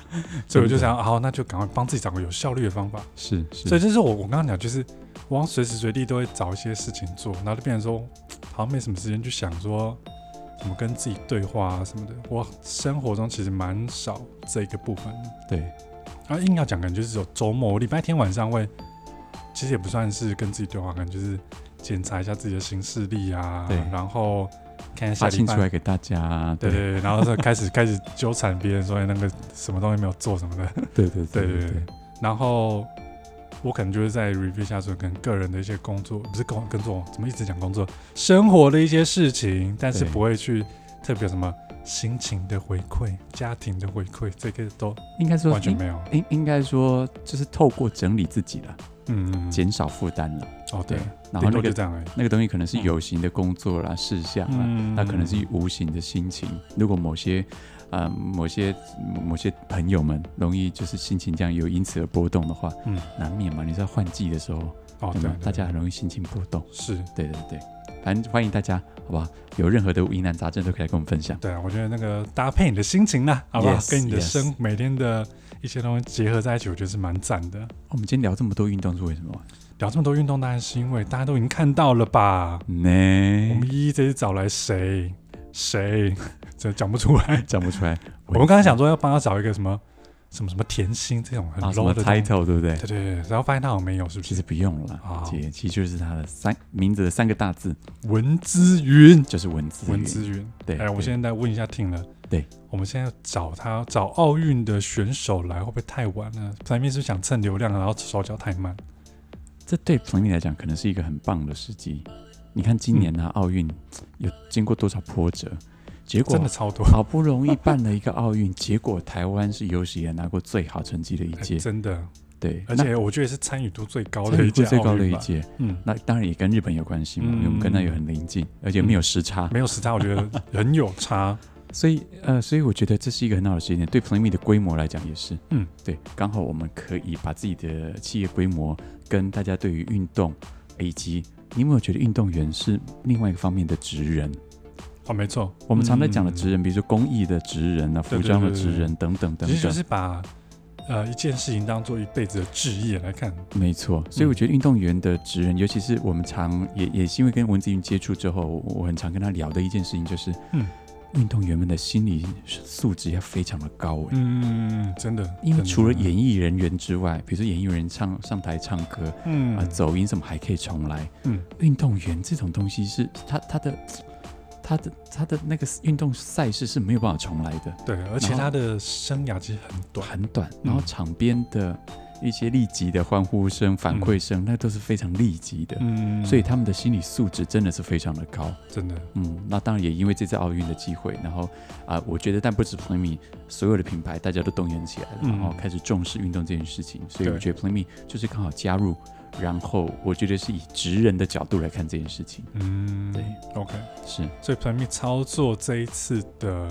Speaker 1: 所以我就
Speaker 2: 真的
Speaker 1: 想，好，那就赶快帮自己找个有效率的方法。
Speaker 2: 是是，
Speaker 1: 所以这是我我刚刚讲，就是我好像随时随地都会找一些事情做，然后就变成说，好像没什么时间去想说怎么跟自己对话啊什么的，我生活中其实蛮少这个部分的。
Speaker 2: 对，
Speaker 1: 然后硬要讲，感觉就是有周末，我礼拜天晚上会，其实也不算是跟自己对话，可能就是检查一下自己的行事历啊
Speaker 2: 对，
Speaker 1: 然后看一下
Speaker 2: 发
Speaker 1: 礼
Speaker 2: 信
Speaker 1: 拜
Speaker 2: 出来给大家。
Speaker 1: 对对对，然后再开始 <laughs> 开始纠缠别人说哎那个什么东西没有做什么的，
Speaker 2: 对对
Speaker 1: 对对
Speaker 2: 对
Speaker 1: 对然后我可能就是在 review 一下说可能个人的一些工作，不是工工作，怎么一直讲工作，生活的一些事情，但是
Speaker 2: 对
Speaker 1: 不会去特别有什么心情的回馈、家庭的回馈，这个都
Speaker 2: 应该说
Speaker 1: 完全
Speaker 2: <laughs>
Speaker 1: 没有。
Speaker 2: 应应该说就是透过整理自己了，
Speaker 1: 嗯，嗯嗯
Speaker 2: 减少负担了。
Speaker 1: 哦对，
Speaker 2: 嗯然后
Speaker 1: 顶
Speaker 2: 那
Speaker 1: 多就
Speaker 2: 个
Speaker 1: 这样而已。
Speaker 2: 那个东西可能是有形的工作啦、事项啦，
Speaker 1: 嗯
Speaker 2: 那可能是无形的心情。如果某些呃某些某某些朋友们容易就是心情这样有因此而波动的话，
Speaker 1: 嗯
Speaker 2: 难免嘛。你在换季的时候，
Speaker 1: 哦
Speaker 2: 有
Speaker 1: 对
Speaker 2: 没有
Speaker 1: 对
Speaker 2: 大家很容易心情波动。
Speaker 1: 是
Speaker 2: 对对对，反正欢迎大家，好吧？有任何的疑难杂症都可以来跟我们分享。
Speaker 1: 对啊，我觉得那个搭配你的心情啦，好不好
Speaker 2: Yes，
Speaker 1: 跟你的
Speaker 2: yes
Speaker 1: 生每天的一些东西结合在一起，我觉得是蛮赞的。
Speaker 2: 我们今天聊这么多运动是为什么？
Speaker 1: 聊这么多运动，当然是因为大家都已经看到了吧？我
Speaker 2: 呢
Speaker 1: 们，一一这次找来谁？谁？这讲不出来。
Speaker 2: <laughs> 讲不出来。
Speaker 1: 我们刚才想说要帮他找一个什么什么什么甜心这种很
Speaker 2: 啊什
Speaker 1: low
Speaker 2: 么
Speaker 1: 的东西
Speaker 2: title 对不对
Speaker 1: 对？对对，然后发现他好像没有，是不
Speaker 2: 其
Speaker 1: 是
Speaker 2: 实？不用了啦
Speaker 1: 哦，
Speaker 2: 姐，其实就是它的三名字的三个大字，
Speaker 1: 文之云，
Speaker 2: 就是文字。
Speaker 1: 文之云。
Speaker 2: 对，
Speaker 1: 哎，我
Speaker 2: 对
Speaker 1: 现在问一下听了，
Speaker 2: 对，
Speaker 1: 我们现在找他找奥运的选手来，会不会太晚了？咱们是不是想蹭流量，然后手脚太慢。
Speaker 2: 这对彭丽来讲可能是一个很棒的时机。你看今年呢、奥运有经过多少波折，结果
Speaker 1: 真的超多，
Speaker 2: 好不容易办了一个奥运， <laughs> 结果台湾是有史以来拿过最好成绩的一
Speaker 1: 哎
Speaker 2: 届。
Speaker 1: 真的，
Speaker 2: 对，
Speaker 1: 而且我觉得也是参与度最高
Speaker 2: 那
Speaker 1: 的一届，
Speaker 2: 最高的一，届，
Speaker 1: 嗯，
Speaker 2: 那当然也跟日本有关系嘛，因为我们跟那也很临近，而且没有时差。
Speaker 1: 没有时差，我觉
Speaker 2: <laughs>
Speaker 1: 得很有差，
Speaker 2: 所以呃，所以我觉得这是一个很好的时间点，对 Playme 的规模来讲也是，
Speaker 1: 嗯，
Speaker 2: 对，刚好我们可以把自己的企业规模跟大家对于运动以及你有没有觉得运动员是另外一个方面的职人？
Speaker 1: 哦，没错，
Speaker 2: 我们常在讲的
Speaker 1: 嗯
Speaker 2: 职人，比如说公益的职人啊，
Speaker 1: 对
Speaker 2: 服装的
Speaker 1: 对对
Speaker 2: 职人等等等
Speaker 1: 其实就
Speaker 2: 等，
Speaker 1: 是把呃一件事情当做一辈子的置业来看，
Speaker 2: 没错。所
Speaker 1: 嗯
Speaker 2: 以我觉得运动员的职人，尤其是我们常也也是因为跟文子云接触之后，我我很常跟他聊的一件事情就是，
Speaker 1: 嗯，
Speaker 2: 运动员们的心理素质要非常的高、欸，
Speaker 1: 嗯，真的，
Speaker 2: 因
Speaker 1: 真
Speaker 2: 为
Speaker 1: 的
Speaker 2: 除了演，艺人员之外，比如说演艺人员唱上台唱歌
Speaker 1: 嗯
Speaker 2: 啊、走音什么还可以重来。
Speaker 1: 嗯，
Speaker 2: 运动员这种东西是他他的他的他的那个运动赛事是没有办法重来的，
Speaker 1: 对，而且
Speaker 2: 然后
Speaker 1: 他的生涯其实很短，
Speaker 2: 很短。
Speaker 1: 嗯
Speaker 2: 然后场边的一些立即的欢呼声、反馈声，那都是非常立即的。
Speaker 1: 嗯
Speaker 2: 所以他们的心理素质真的是非常的高，
Speaker 1: 真的，
Speaker 2: 嗯，那当然也因为这次奥运的机会，然后啊、我觉得但不止 Playme，所有的品牌大家都动员起来了，
Speaker 1: 嗯
Speaker 2: 然后开始重视运动这件事情，所以
Speaker 1: 对
Speaker 2: 我觉得 Playme 就是刚好加入，然后我觉得是以职人的角度来看这件事情，
Speaker 1: 嗯，
Speaker 2: 对
Speaker 1: ，OK，
Speaker 2: 是
Speaker 1: 所以 p l a n 操作这一次的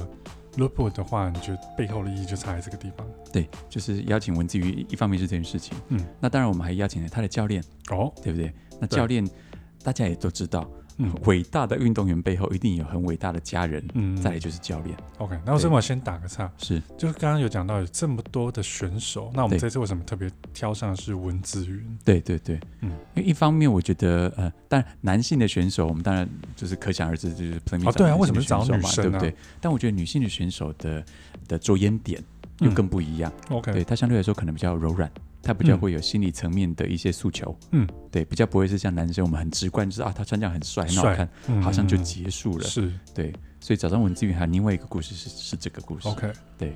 Speaker 1: l o o p o 的话，你觉得背后的意义就差在这个地方
Speaker 2: 对，就是邀请文字瑜，一方面是这件事情，
Speaker 1: 嗯，
Speaker 2: 那当然我们还邀请了他的教练，
Speaker 1: 哦，
Speaker 2: 对不对？那
Speaker 1: 对
Speaker 2: 教练大家也都知道，
Speaker 1: 嗯
Speaker 2: 伟大的运动员背后一定有很伟大的家人，
Speaker 1: 嗯
Speaker 2: 再来就是教练，
Speaker 1: OK，那我这边我先打个岔，
Speaker 2: 是
Speaker 1: 就是刚刚有讲到有这么多的选手，那我们
Speaker 2: 对
Speaker 1: 这次为什么特别挑上的是文子云？
Speaker 2: 对对对，
Speaker 1: 嗯
Speaker 2: 嗯，因为一方面我觉得，呃，但男性的选手，我们当然就是可想而知，就是 Premier
Speaker 1: 哦对啊
Speaker 2: 男
Speaker 1: 为什
Speaker 2: 性
Speaker 1: 么
Speaker 2: 的
Speaker 1: 是找
Speaker 2: 选手
Speaker 1: 女
Speaker 2: 嘛
Speaker 1: 生
Speaker 2: 对不
Speaker 1: 啊
Speaker 2: 对？但我觉得女性的选手的的着眼点又
Speaker 1: 嗯
Speaker 2: 更不一样，对
Speaker 1: OK，
Speaker 2: 她相对来说可能比较柔软，她比较
Speaker 1: 嗯
Speaker 2: 会有心理层面的一些诉求，
Speaker 1: 嗯，
Speaker 2: 对，比较不会是像男生我们很直观，就是啊，他穿这样很帅，很好
Speaker 1: 帅
Speaker 2: 看，
Speaker 1: 嗯
Speaker 2: 好像就结束了，
Speaker 1: 是
Speaker 2: 对。所以早上文字云还有另外一个故事是是这个故事
Speaker 1: OK，
Speaker 2: 对，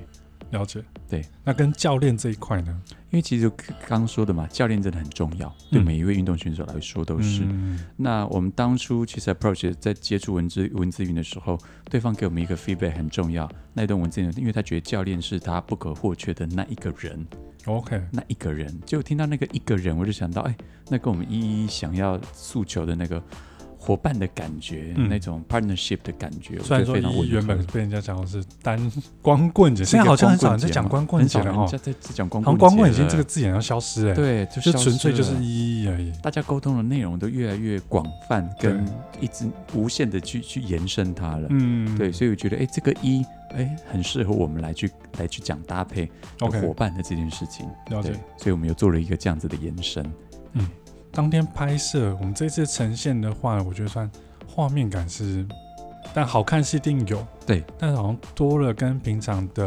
Speaker 1: 了解。
Speaker 2: 对，
Speaker 1: 那跟教练这一块呢，
Speaker 2: 因为其实刚刚说的嘛，教练真的很重要，对
Speaker 1: 嗯
Speaker 2: 每一位运动选手来说都
Speaker 1: 嗯
Speaker 2: 是。那我们当初其实 approach 在接触文字文字云的时候，对方给我们一个 feedback 很重要。那一段文字云，因为他觉得教练是他不可或缺的那一个人，
Speaker 1: OK，
Speaker 2: 那一个人。就听到那个一个人，我就想到，哎，那跟我们一一想要诉求的那个伙伴的感觉，
Speaker 1: 嗯
Speaker 2: 那种 partnership 的感觉，我
Speaker 1: 虽然
Speaker 2: 觉得
Speaker 1: 说
Speaker 2: 非常
Speaker 1: 一
Speaker 2: 吻合
Speaker 1: 原本被人家讲的是单光棍节，
Speaker 2: 是
Speaker 1: 现
Speaker 2: 一个
Speaker 1: 在好像很少
Speaker 2: 光
Speaker 1: 人
Speaker 2: 节
Speaker 1: 在讲
Speaker 2: 嘛
Speaker 1: 光棍节
Speaker 2: 很
Speaker 1: 了
Speaker 2: 少人
Speaker 1: 哈
Speaker 2: 在，在在讲光
Speaker 1: 好像
Speaker 2: 棍
Speaker 1: 光棍已
Speaker 2: 节
Speaker 1: 经
Speaker 2: 了
Speaker 1: 这个字眼要消失哎，，
Speaker 2: 对，就
Speaker 1: 就
Speaker 2: 消
Speaker 1: 纯粹
Speaker 2: 失
Speaker 1: 就是
Speaker 2: 了
Speaker 1: 一一而已。
Speaker 2: 大家沟通的内容都越来越广泛，跟一直无限的去去延伸它了。
Speaker 1: 嗯，
Speaker 2: 对，所以我觉得，哎，这个一，哎，很适合我们来去来去讲搭配伙
Speaker 1: ，OK，
Speaker 2: 伴的这件事情。
Speaker 1: 了
Speaker 2: 对
Speaker 1: 解。，
Speaker 2: 所以我们又做了一个这样子的延伸。
Speaker 1: 当天拍摄，我们这次呈现的话，我觉得算画面感是但好看是一定有，
Speaker 2: 对，
Speaker 1: 但好像多了跟平常的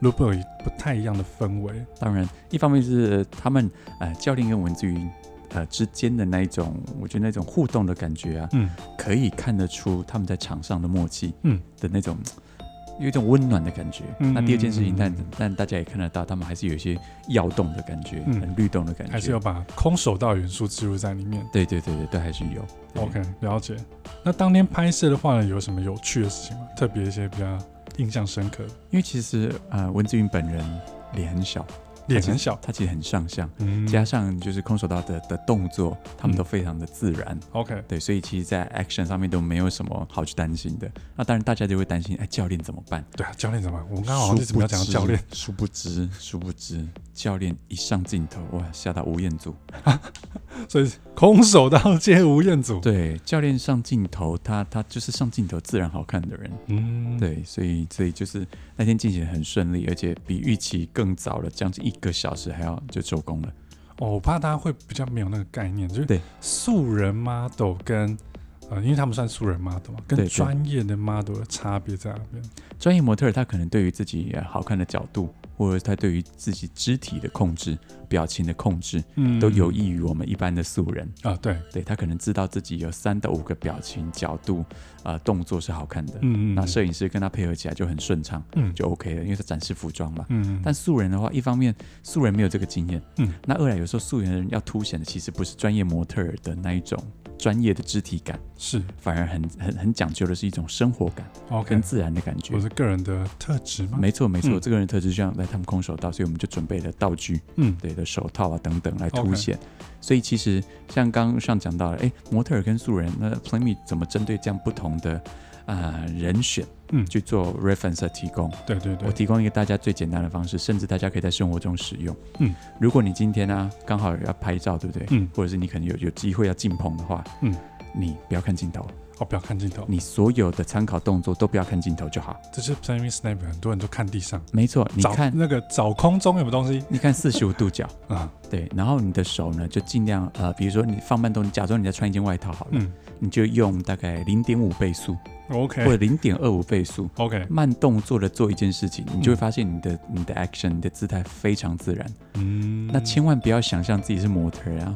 Speaker 1: l u b e r 不太一样的氛围。
Speaker 2: 当然，一方面是他们呃教练跟文志云呃之间的那一种，我觉得那种互动的感觉啊，
Speaker 1: 嗯，
Speaker 2: 可以看得出他们在场上的默契，
Speaker 1: 嗯
Speaker 2: 的那种。有一种温暖的感觉。
Speaker 1: 嗯
Speaker 2: 那第二件事情，
Speaker 1: 嗯
Speaker 2: 但
Speaker 1: 嗯
Speaker 2: 但大家也看得到，他们还是有一些摇动的感觉，
Speaker 1: 嗯
Speaker 2: 很律动的感觉。
Speaker 1: 还是有把空手道元素植入在里面。
Speaker 2: 对对对对，都还是有。对
Speaker 1: OK，了解。那当天拍摄的话呢，有什么有趣的事情吗？特别一些比较印象深刻的，
Speaker 2: 因为其实呃，文志云本人脸很小，
Speaker 1: 脸很小，
Speaker 2: 他其实很上相，
Speaker 1: 嗯
Speaker 2: 加上就是空手道的的动作，他们都非常的自然。
Speaker 1: OK，
Speaker 2: 对，所以其实，在 action 上面都没有什么好去担心的。那当然，大家就会担心，哎，教练怎么办？
Speaker 1: 对啊，教练怎么办？我们刚刚好像一直没有讲到
Speaker 2: 殊不知
Speaker 1: 教练，，
Speaker 2: 殊不知，殊不知，教练一上镜头，哇，吓到吴彦祖。
Speaker 1: 所以空手道界吴彦祖，
Speaker 2: 对，教练上镜头，他他就是上镜头自然好看的人。
Speaker 1: 嗯，
Speaker 2: 对，所以所以就是那天进行得很顺利，而且比预期更早了将近一个小时，还要就收工了。
Speaker 1: 哦，我怕大家会比较没有那个概念，就是
Speaker 2: 对
Speaker 1: 素人 model 跟呃，因为他们算素人 model 嘛，
Speaker 2: 对
Speaker 1: 跟
Speaker 2: 对
Speaker 1: 专业的 model 的差别在哪边？
Speaker 2: 专业模特儿他可能对于自己呃好看的角度，或者他对于自己肢体的控制、表情的控制，
Speaker 1: 嗯
Speaker 2: 都有益于我们一般的素人。
Speaker 1: 啊，对，
Speaker 2: 对他可能知道自己有三到五个表情角度，呃，动作是好看的。
Speaker 1: 嗯嗯，
Speaker 2: 那摄影师跟他配合起来就很顺畅，
Speaker 1: 嗯
Speaker 2: 就 OK 了，因为他展示服装嘛。
Speaker 1: 嗯，
Speaker 2: 但素人的话，一方面素人没有这个经验，
Speaker 1: 嗯，
Speaker 2: 那二来有时候素人要凸显的其实不是专业模特儿的那一种专业的肢体感，
Speaker 1: 是
Speaker 2: 反而很很很讲究的是一种生活感
Speaker 1: OK，
Speaker 2: 跟自然的感觉
Speaker 1: 我。是个人的特质吗？
Speaker 2: 没错没错，
Speaker 1: 嗯
Speaker 2: 这个人特质就像来他们空手道，所以我们就准备了道具，
Speaker 1: 嗯，
Speaker 2: 对的手套啊等等来
Speaker 1: OK
Speaker 2: 凸显。所以其实像刚刚上讲到了，哎，模特儿跟素人，那 Play Me 怎么针对这样不同的啊、呃人选，
Speaker 1: 嗯
Speaker 2: 去做 reference 的提供？
Speaker 1: 对对对
Speaker 2: 我，提供一个大家最简单的方式，甚至大家可以在生活中使用。
Speaker 1: 嗯，
Speaker 2: 如果你今天呢、刚好要拍照，对不对？
Speaker 1: 嗯
Speaker 2: 或者是你可能有有机会要进棚的话，
Speaker 1: 嗯，
Speaker 2: 你不要看镜头，
Speaker 1: 哦，不要看镜头，
Speaker 2: 你所有的参考动作都不要看镜头就好。
Speaker 1: 这是 Playing Snap，很多人都看地上，
Speaker 2: 没错，你
Speaker 1: 找
Speaker 2: 看，
Speaker 1: 那个找空中有没有东西
Speaker 2: 你看四十五度角，
Speaker 1: 啊？
Speaker 2: 对，然后你的手呢就尽量呃，比如说你放慢动，你假装你在穿一件外套好了，
Speaker 1: 嗯
Speaker 2: 你就用大概零点五倍速或者
Speaker 1: ，OK
Speaker 2: 零点二五倍速。
Speaker 1: OK，
Speaker 2: 慢动作的做一件事情，你就会发现你的、你的 action、你的姿态非常自然。
Speaker 1: 嗯，
Speaker 2: 那千万不要想象自己是模特儿啊，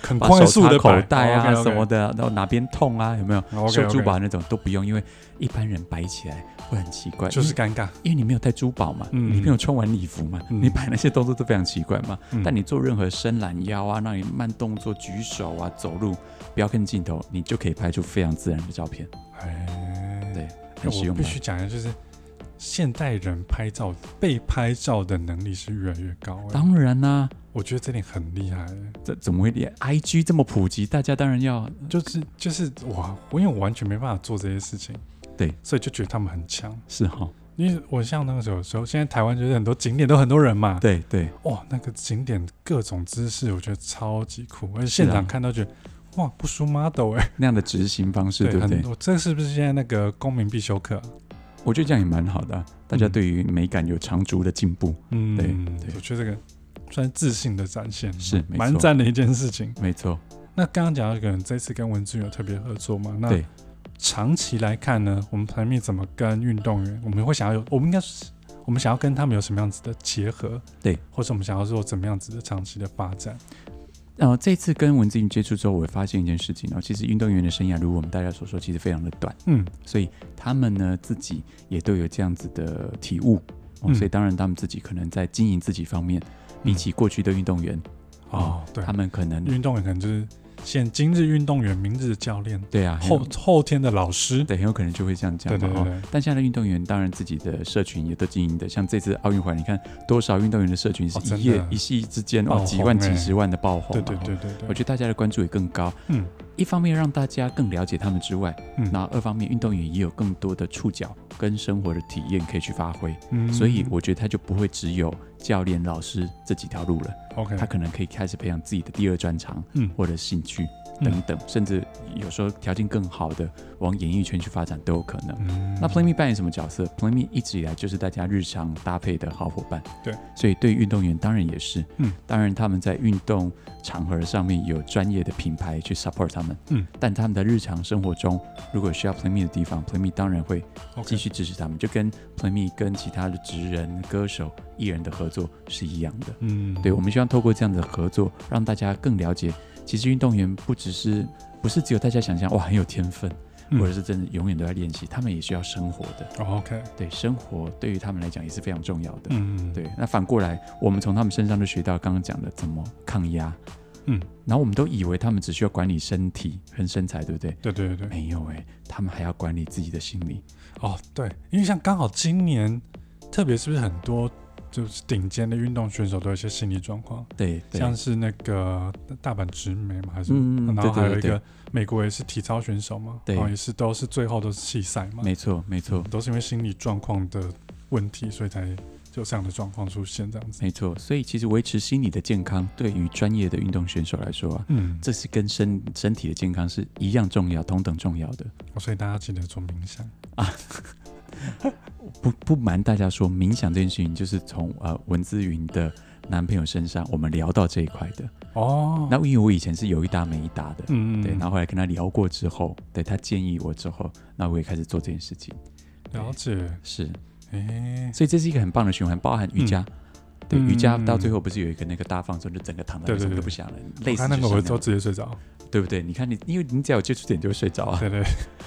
Speaker 1: 很
Speaker 2: 把
Speaker 1: 快
Speaker 2: 手
Speaker 1: 速哦
Speaker 2: 插
Speaker 1: 的
Speaker 2: 口袋啊什么的，然后哪边痛啊，有没有
Speaker 1: ，OK
Speaker 2: 秀
Speaker 1: OK，
Speaker 2: 珠宝那种都不用，因为一般人摆起来会很奇怪，
Speaker 1: 就是
Speaker 2: 因为
Speaker 1: 尴尬，
Speaker 2: 因为你没有戴珠宝嘛，
Speaker 1: 嗯
Speaker 2: 你没有穿晚礼服嘛，
Speaker 1: 嗯
Speaker 2: 你摆那些动作都非常奇怪嘛。
Speaker 1: 嗯
Speaker 2: 但你做任何伸懒腰啊，让你慢动作举手啊、走路，不要看镜头，你就可以拍出非常自然的照片，
Speaker 1: 哎，
Speaker 2: 对，很实
Speaker 1: 我
Speaker 2: 用
Speaker 1: 必
Speaker 2: 吧？
Speaker 1: 须讲一下，就是现代人拍照被拍照的能力是越来越高、哎
Speaker 2: 当然啦、
Speaker 1: 我觉得这点很厉害、哎
Speaker 2: 这怎么会连 IG 这么普及？大家当然要
Speaker 1: 就是就是我我因为我完全没办法做这些事情，
Speaker 2: 对，
Speaker 1: 所以就觉得他们很强。<laughs>
Speaker 2: 是哈，
Speaker 1: 因为我像那个时候，时候现在台湾就是很多景点都很多人嘛，
Speaker 2: 对对，
Speaker 1: 哇，那个景点各种姿势，我觉得超级酷，而且
Speaker 2: 是啊
Speaker 1: 现场看到觉得。哇，不输 model 哎、
Speaker 2: 那样的执行方式，对不
Speaker 1: 很
Speaker 2: 对？
Speaker 1: 多。这是不是现在那个公民必修课啊、
Speaker 2: 我觉得这样也蛮好的啊、大家
Speaker 1: 嗯
Speaker 2: 对于美感有长足的进步，
Speaker 1: 嗯，
Speaker 2: 对
Speaker 1: 我觉得这个算是自信的展现，
Speaker 2: 是没错
Speaker 1: 蛮赞的一件事情。
Speaker 2: 没错，
Speaker 1: 那刚刚讲到，可能这次跟文志有特别合作嘛？那
Speaker 2: 对
Speaker 1: 长期来看呢，我们团面怎么跟运动员，我们会想要有，我们应该是我们想要跟他们有什么样子的结合？
Speaker 2: 对，
Speaker 1: 或者我们想要做怎么样子的长期的发展？嗯
Speaker 2: 然后呃这次跟文字云接触之后，我发现一件事情哦，其实运动员的生涯，如我们大家所说，其实非常的短，
Speaker 1: 嗯
Speaker 2: 所以他们呢自己也都有这样子的体悟哦，
Speaker 1: 嗯
Speaker 2: 所以当然他们自己可能在经营自己方面，比起过去的运动员，
Speaker 1: 哦，对
Speaker 2: 他，们可能
Speaker 1: 运动员可能就是现今日运动员，明日教练，
Speaker 2: 对啊，很有
Speaker 1: 后后天的老师。
Speaker 2: 对很有可能就会这样讲
Speaker 1: 对
Speaker 2: 嘛
Speaker 1: 对对
Speaker 2: 哦。
Speaker 1: 对，
Speaker 2: 但现在的运动员当然自己的社群也都经营的，像这次奥运会，你看多少运动员的社群是
Speaker 1: 哦真
Speaker 2: 一
Speaker 1: 的
Speaker 2: 夜、一夕之间
Speaker 1: 爆
Speaker 2: 哦
Speaker 1: 红
Speaker 2: 几万、
Speaker 1: 欸
Speaker 2: 几十万的爆红
Speaker 1: 对
Speaker 2: 嘛，
Speaker 1: 对
Speaker 2: 哦
Speaker 1: 对对对，
Speaker 2: 我觉得大家的关注也更高。
Speaker 1: 嗯，
Speaker 2: 一方面让大家更了解他们之外，
Speaker 1: 嗯
Speaker 2: 那二方面运动员也有更多的触角跟生活的体验可以去发挥，
Speaker 1: 嗯
Speaker 2: 所以我觉得他就不会只有教练、老师这几条路了，
Speaker 1: OK，
Speaker 2: 他可能可以开始培养自己的第二专长，
Speaker 1: 嗯
Speaker 2: 或者兴趣
Speaker 1: 嗯
Speaker 2: 等等，甚至有时候条件更好的往演艺圈去发展都有可能。
Speaker 1: 嗯
Speaker 2: 那 Play Me 扮演什么角色？Play Me 一直以来就是大家日常搭配的好伙伴。
Speaker 1: 对，
Speaker 2: 所以对运动员当然也是。
Speaker 1: 嗯，
Speaker 2: 当然他们在运动场合上面有专业的品牌去 support 他们。
Speaker 1: 嗯，
Speaker 2: 但他们在日常生活中如果需要 Play Me 的地方，Play Me 当然会
Speaker 1: 嗯 OK，
Speaker 2: 继续支持他们，就跟 Play Me 跟其他的职人、歌手、艺人的合作是一样的。
Speaker 1: 嗯，
Speaker 2: 对，我们希望透过这样的合作，让大家更了解，其实运动员不只是不是只有大家想象哇很有天分，
Speaker 1: 嗯
Speaker 2: 或者是真的永远都在练习，他们也需要生活的。
Speaker 1: 哦，OK，
Speaker 2: 对，生活对于他们来讲也是非常重要的。
Speaker 1: 嗯，
Speaker 2: 对，那反过来，我们从他们身上就学到刚刚讲的怎么抗压。
Speaker 1: 嗯，
Speaker 2: 然后我们都以为他们只需要管理身体跟身材，对不对？
Speaker 1: 对对对对，
Speaker 2: 没有诶、他们还要管理自己的心理。
Speaker 1: 哦对，因为像刚好今年，特别是不是很多就是顶尖的运动选手都有一些心理状况，
Speaker 2: 对，对
Speaker 1: 像是那个大阪直美嘛，还是，
Speaker 2: 嗯，
Speaker 1: 然后
Speaker 2: 对
Speaker 1: 还
Speaker 2: 对
Speaker 1: 有一
Speaker 2: 对对
Speaker 1: 个，美国也是体操选手嘛，
Speaker 2: 对
Speaker 1: 然后也是都是最后都是弃赛嘛，
Speaker 2: 没错没错。
Speaker 1: 都是因为心理状况的问题，所以才就这样的状况出现这样子。
Speaker 2: 没错，所以其实维持心理的健康，对于专业的运动选手来说啊，
Speaker 1: 嗯，
Speaker 2: 这是跟身身体的健康是一样重要、同等重要的。
Speaker 1: 哦所以大家记得做冥想。
Speaker 2: 不不瞒大家说，冥想这件事情就是从呃文姿云的男朋友身上，我们聊到这一块的。
Speaker 1: 哦，
Speaker 2: 那因为我以前是有一搭没一搭的，
Speaker 1: 嗯，
Speaker 2: 对，然后后来跟他聊过之后，对他建议我之后，那我也开始做这件事情。
Speaker 1: 了解，
Speaker 2: 是，
Speaker 1: 哎，
Speaker 2: 所以这是一个很棒的循环，包含瑜伽。对
Speaker 1: 嗯
Speaker 2: 瑜伽到最后不是有一个那个大放松，就整个躺在
Speaker 1: 对
Speaker 2: 那
Speaker 1: 对
Speaker 2: 什么
Speaker 1: 对
Speaker 2: 都不想了，类
Speaker 1: 哦
Speaker 2: 似
Speaker 1: 他那
Speaker 2: 就
Speaker 1: 个
Speaker 2: 像
Speaker 1: 我
Speaker 2: 那
Speaker 1: 都
Speaker 2: 样
Speaker 1: 直接睡着，
Speaker 2: 对不对？你看你，因为你只要有接触点就会睡着啊，
Speaker 1: 对对，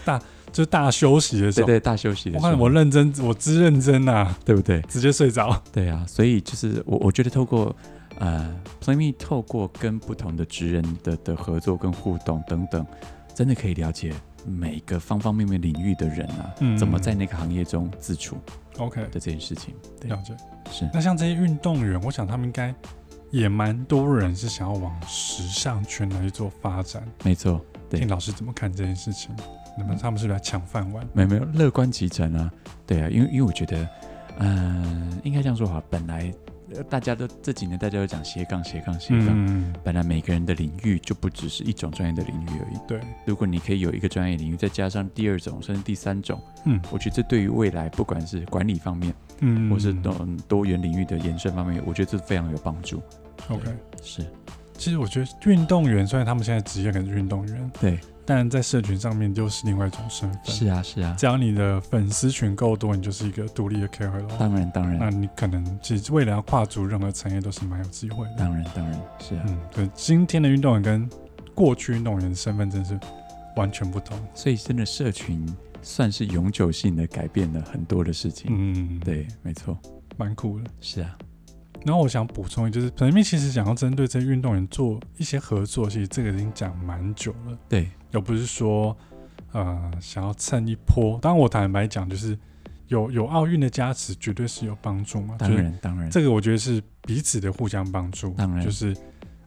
Speaker 1: 大就是大休息的时
Speaker 2: 对
Speaker 1: 候，
Speaker 2: 对，大休息的
Speaker 1: 我
Speaker 2: 时候，
Speaker 1: 看我认真，我之认真呐，
Speaker 2: 对不对？
Speaker 1: <laughs> 直接睡着。
Speaker 2: 对啊，所以就是我我觉得透过呃 Play Me 透过跟不同的职人的的合作跟互动等等，真的可以了解每个方方面面领域的人啊，
Speaker 1: 嗯
Speaker 2: 怎么在那个行业中自处
Speaker 1: OK，
Speaker 2: 的这件事情。对
Speaker 1: 了解。
Speaker 2: 是
Speaker 1: 那像这些运动员，我想他们应该也蛮多人是想要往时尚圈来做发展。
Speaker 2: 没错，对嗯
Speaker 1: 听老师怎么看这件事情？那么他们是不是来抢饭碗？
Speaker 2: 没有没有乐观其成啊，对啊，因为因为我觉得，嗯、应该这样说哈，本来呃大家都这几年大家都讲斜杠斜杠斜杠。
Speaker 1: 嗯，
Speaker 2: 本来每个人的领域就不只是一种专业的领域而已。
Speaker 1: 对，
Speaker 2: 如果你可以有一个专业领域，再加上第二种甚至第三种，
Speaker 1: 嗯
Speaker 2: 我觉得这对于未来不管是管理方面，
Speaker 1: 嗯，
Speaker 2: 或是多多元领域的延伸方面，我觉得这非常有帮助。
Speaker 1: OK。
Speaker 2: 是
Speaker 1: 其实我觉得运动员虽然他们现在职业可能是运动员，
Speaker 2: 对，
Speaker 1: 但在社群上面就是另外一种身份。
Speaker 2: 是啊，是啊，
Speaker 1: 只要你的粉丝群够多，你就是一个独立的 KOL。
Speaker 2: 当然，当
Speaker 1: 那
Speaker 2: 然，
Speaker 1: 你可能其实未来要跨足任何产业都是蛮有机会的。
Speaker 2: 当然，当然，是啊。
Speaker 1: 嗯，对，今天的运动员跟过去运动员的身份真是完全不同。
Speaker 2: 所以真的社群算是永久性的改变了很多的事情。
Speaker 1: 嗯，，
Speaker 2: 对，没错，
Speaker 1: 蛮酷的。
Speaker 2: 是啊，
Speaker 1: 然后我想补充，就是本面其实想要针对这些运动员做一些合作，其实这个已经讲蛮久了，
Speaker 2: 对，
Speaker 1: 又不是说呃想要蹭一波。当然，我坦白讲，就是有有奥运的加持，绝对是有帮助嘛。
Speaker 2: 当，然，当然，
Speaker 1: 这个我觉得是彼此的互相帮助。
Speaker 2: 当然
Speaker 1: 就是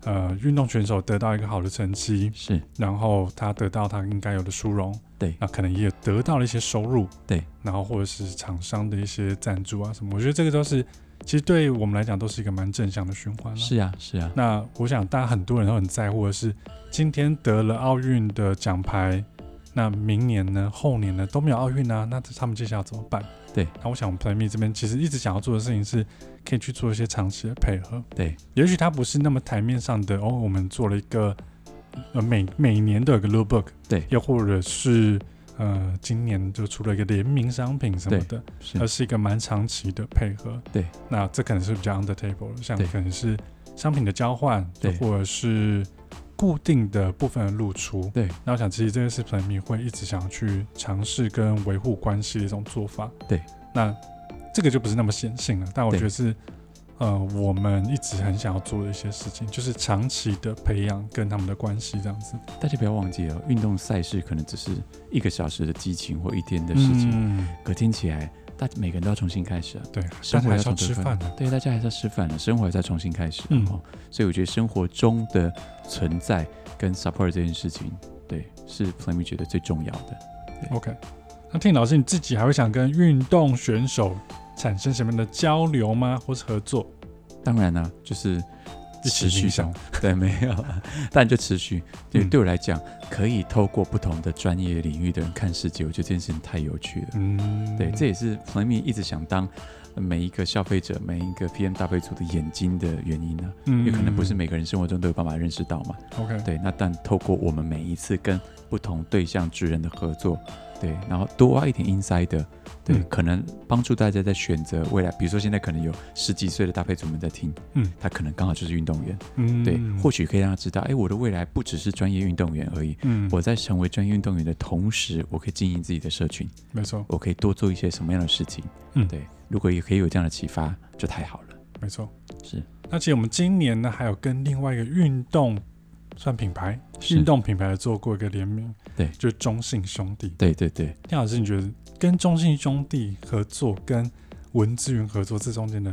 Speaker 1: 呃运动选手得到一个好的成绩，
Speaker 2: 是
Speaker 1: 然后他得到他应该有的殊荣，
Speaker 2: 对
Speaker 1: 那可能也得到了一些收入，
Speaker 2: 对，
Speaker 1: 然后或者是厂商的一些赞助啊什么，我觉得这个都是其实对我们来讲都是一个蛮正向的循环、啊。，
Speaker 2: 是啊，是啊，
Speaker 1: 那我想大家很多人都很在乎的是，今天得了奥运的奖牌，那明年呢、后年呢都没有奥运啊，那他们接下来怎么办？
Speaker 2: 对，
Speaker 1: 那我想我们 Play Me 这边其实一直想要做的事情是，可以去做一些长期的配合。
Speaker 2: 对，
Speaker 1: 也许它不是那么台面上的哦，我们做了一个呃每每年都有个 look book，
Speaker 2: 对
Speaker 1: 又或者是呃今年就出了一个联名商品什么的，
Speaker 2: 是啊
Speaker 1: 而是一个蛮长期的配合。
Speaker 2: 对，
Speaker 1: 那这可能是比较 under table，的像
Speaker 2: 对
Speaker 1: 可能是商品的交换，
Speaker 2: 对
Speaker 1: 又或者是固定的部分的露出。
Speaker 2: 对，
Speaker 1: 那我想其实这个是 p l a 会一直想要去尝试跟维护关系的一种做法。
Speaker 2: 对，
Speaker 1: 那这个就不是那么显性了，但我
Speaker 2: 对
Speaker 1: 觉得是。呃，我们一直很想要做的一些事情，就是长期的培养跟他们的关系这样子
Speaker 2: 大家不要忘记哦，运动赛事可能只是一个小时的激情或一天的事情，
Speaker 1: 嗯、
Speaker 2: 隔天起来，大每个人都要重新开始啊。
Speaker 1: 对，
Speaker 2: 生
Speaker 1: 但
Speaker 2: 活
Speaker 1: 还
Speaker 2: 要
Speaker 1: 是要
Speaker 2: 从
Speaker 1: 吃
Speaker 2: 这
Speaker 1: 饭啊的，
Speaker 2: 对，大家还是要吃饭的，生活还是要重新开始、
Speaker 1: 嗯
Speaker 2: 哦。所以我觉得生活中的存在跟 support 这件事情，对，是 Play Me 觉得最重要的。
Speaker 1: OK，那听老师你自己还会想跟运动选手产生什么样的交流吗？或是合作？
Speaker 2: 啊当然呢、就是
Speaker 1: 一起
Speaker 2: 持续
Speaker 1: 影响
Speaker 2: 中，对，没有， <laughs> 但就持续。对，
Speaker 1: 嗯
Speaker 2: 对我来讲，可以透过不同的专业领域的人看世界，我觉得这件事情太有趣了。
Speaker 1: 嗯，
Speaker 2: 对，这也是 Flammy 一直想当呃每一个消费者、每一个 PM 大会组的眼睛的原因呢、
Speaker 1: 嗯
Speaker 2: 因为可能不是每个人生活中都有办法认识到嘛。
Speaker 1: OK，
Speaker 2: 对，那但透过我们每一次跟不同对象之人的合作，对，然后多挖一点 inside 的，对，
Speaker 1: 嗯
Speaker 2: 可能帮助大家在选择未来，比如说现在可能有十几岁的搭配组们在听，
Speaker 1: 嗯，
Speaker 2: 他可能刚好就是运动员，
Speaker 1: 嗯
Speaker 2: 对，或许可以让他知道，哎，我的未来不只是专业运动员而已。
Speaker 1: 嗯，
Speaker 2: 我在成为专业运动员的同时，我可以经营自己的社群，
Speaker 1: 没错，
Speaker 2: 我可以多做一些什么样的事情？
Speaker 1: 嗯
Speaker 2: 对，如果也可以有这样的启发，就太好了。
Speaker 1: 没错。
Speaker 2: 是
Speaker 1: 那其实我们今年呢，还有跟另外一个运动算品牌，
Speaker 2: 是
Speaker 1: 运，动品牌做过一个联名，
Speaker 2: 对
Speaker 1: 就是中信兄弟。
Speaker 2: 对对对，
Speaker 1: 廖老师，你觉得跟中信兄弟合作跟文资源合作这中间的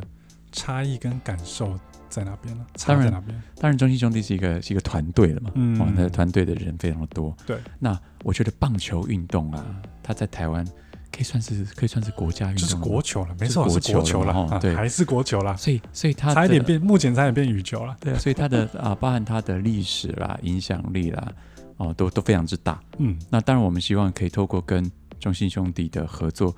Speaker 1: 差异跟感受在哪边呢？差
Speaker 2: 当然
Speaker 1: 在哪边？
Speaker 2: 当然，中信兄弟是一个是一个团队了嘛，
Speaker 1: 嗯
Speaker 2: 哇，那团队的人非常的多。
Speaker 1: 对，嗯
Speaker 2: 那我觉得棒球运动啊，它在台湾可以算是可以算是国家运
Speaker 1: 就
Speaker 2: 动了
Speaker 1: 是
Speaker 2: 嘛，
Speaker 1: 国球了，没错，
Speaker 2: 嗯就是是
Speaker 1: 国
Speaker 2: 国
Speaker 1: 球
Speaker 2: 球
Speaker 1: 了
Speaker 2: 了，哦
Speaker 1: 啊
Speaker 2: 对
Speaker 1: 还是国球了，
Speaker 2: 所以所以它
Speaker 1: 差一
Speaker 2: 的
Speaker 1: 点变，目前差点变羽球了。
Speaker 2: 对啊，所以它的 <laughs> 啊，包含它的历史啦、影响力啦，哦，都都非常之大。
Speaker 1: 嗯
Speaker 2: 那当然，我们希望可以透过跟中信兄弟的合作，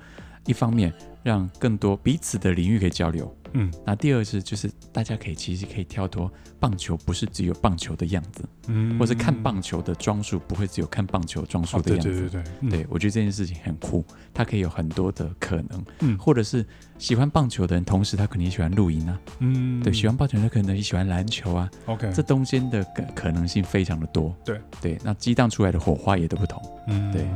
Speaker 2: 一方面让更多彼此的领域可以交流，
Speaker 1: 嗯
Speaker 2: 那第二是就是大家可以其实可以跳脱棒球，不是只有棒球的样子，
Speaker 1: 嗯，
Speaker 2: 或者看棒球的装束不会只有看棒球装束
Speaker 1: 哦，
Speaker 2: 的
Speaker 1: 对
Speaker 2: 样子。
Speaker 1: 对对对，嗯
Speaker 2: 对我觉得这件事情很酷，它可以有很多的可能，
Speaker 1: 嗯
Speaker 2: 或者是喜欢棒球的人，同时他可能也喜欢露营啊，
Speaker 1: 嗯，
Speaker 2: 对，喜欢棒球的人可能也喜欢篮球啊，
Speaker 1: OK，
Speaker 2: 这中间的可可能性非常的多。
Speaker 1: 对
Speaker 2: 对，那激荡出来的火花也都不同。
Speaker 1: 嗯
Speaker 2: 对。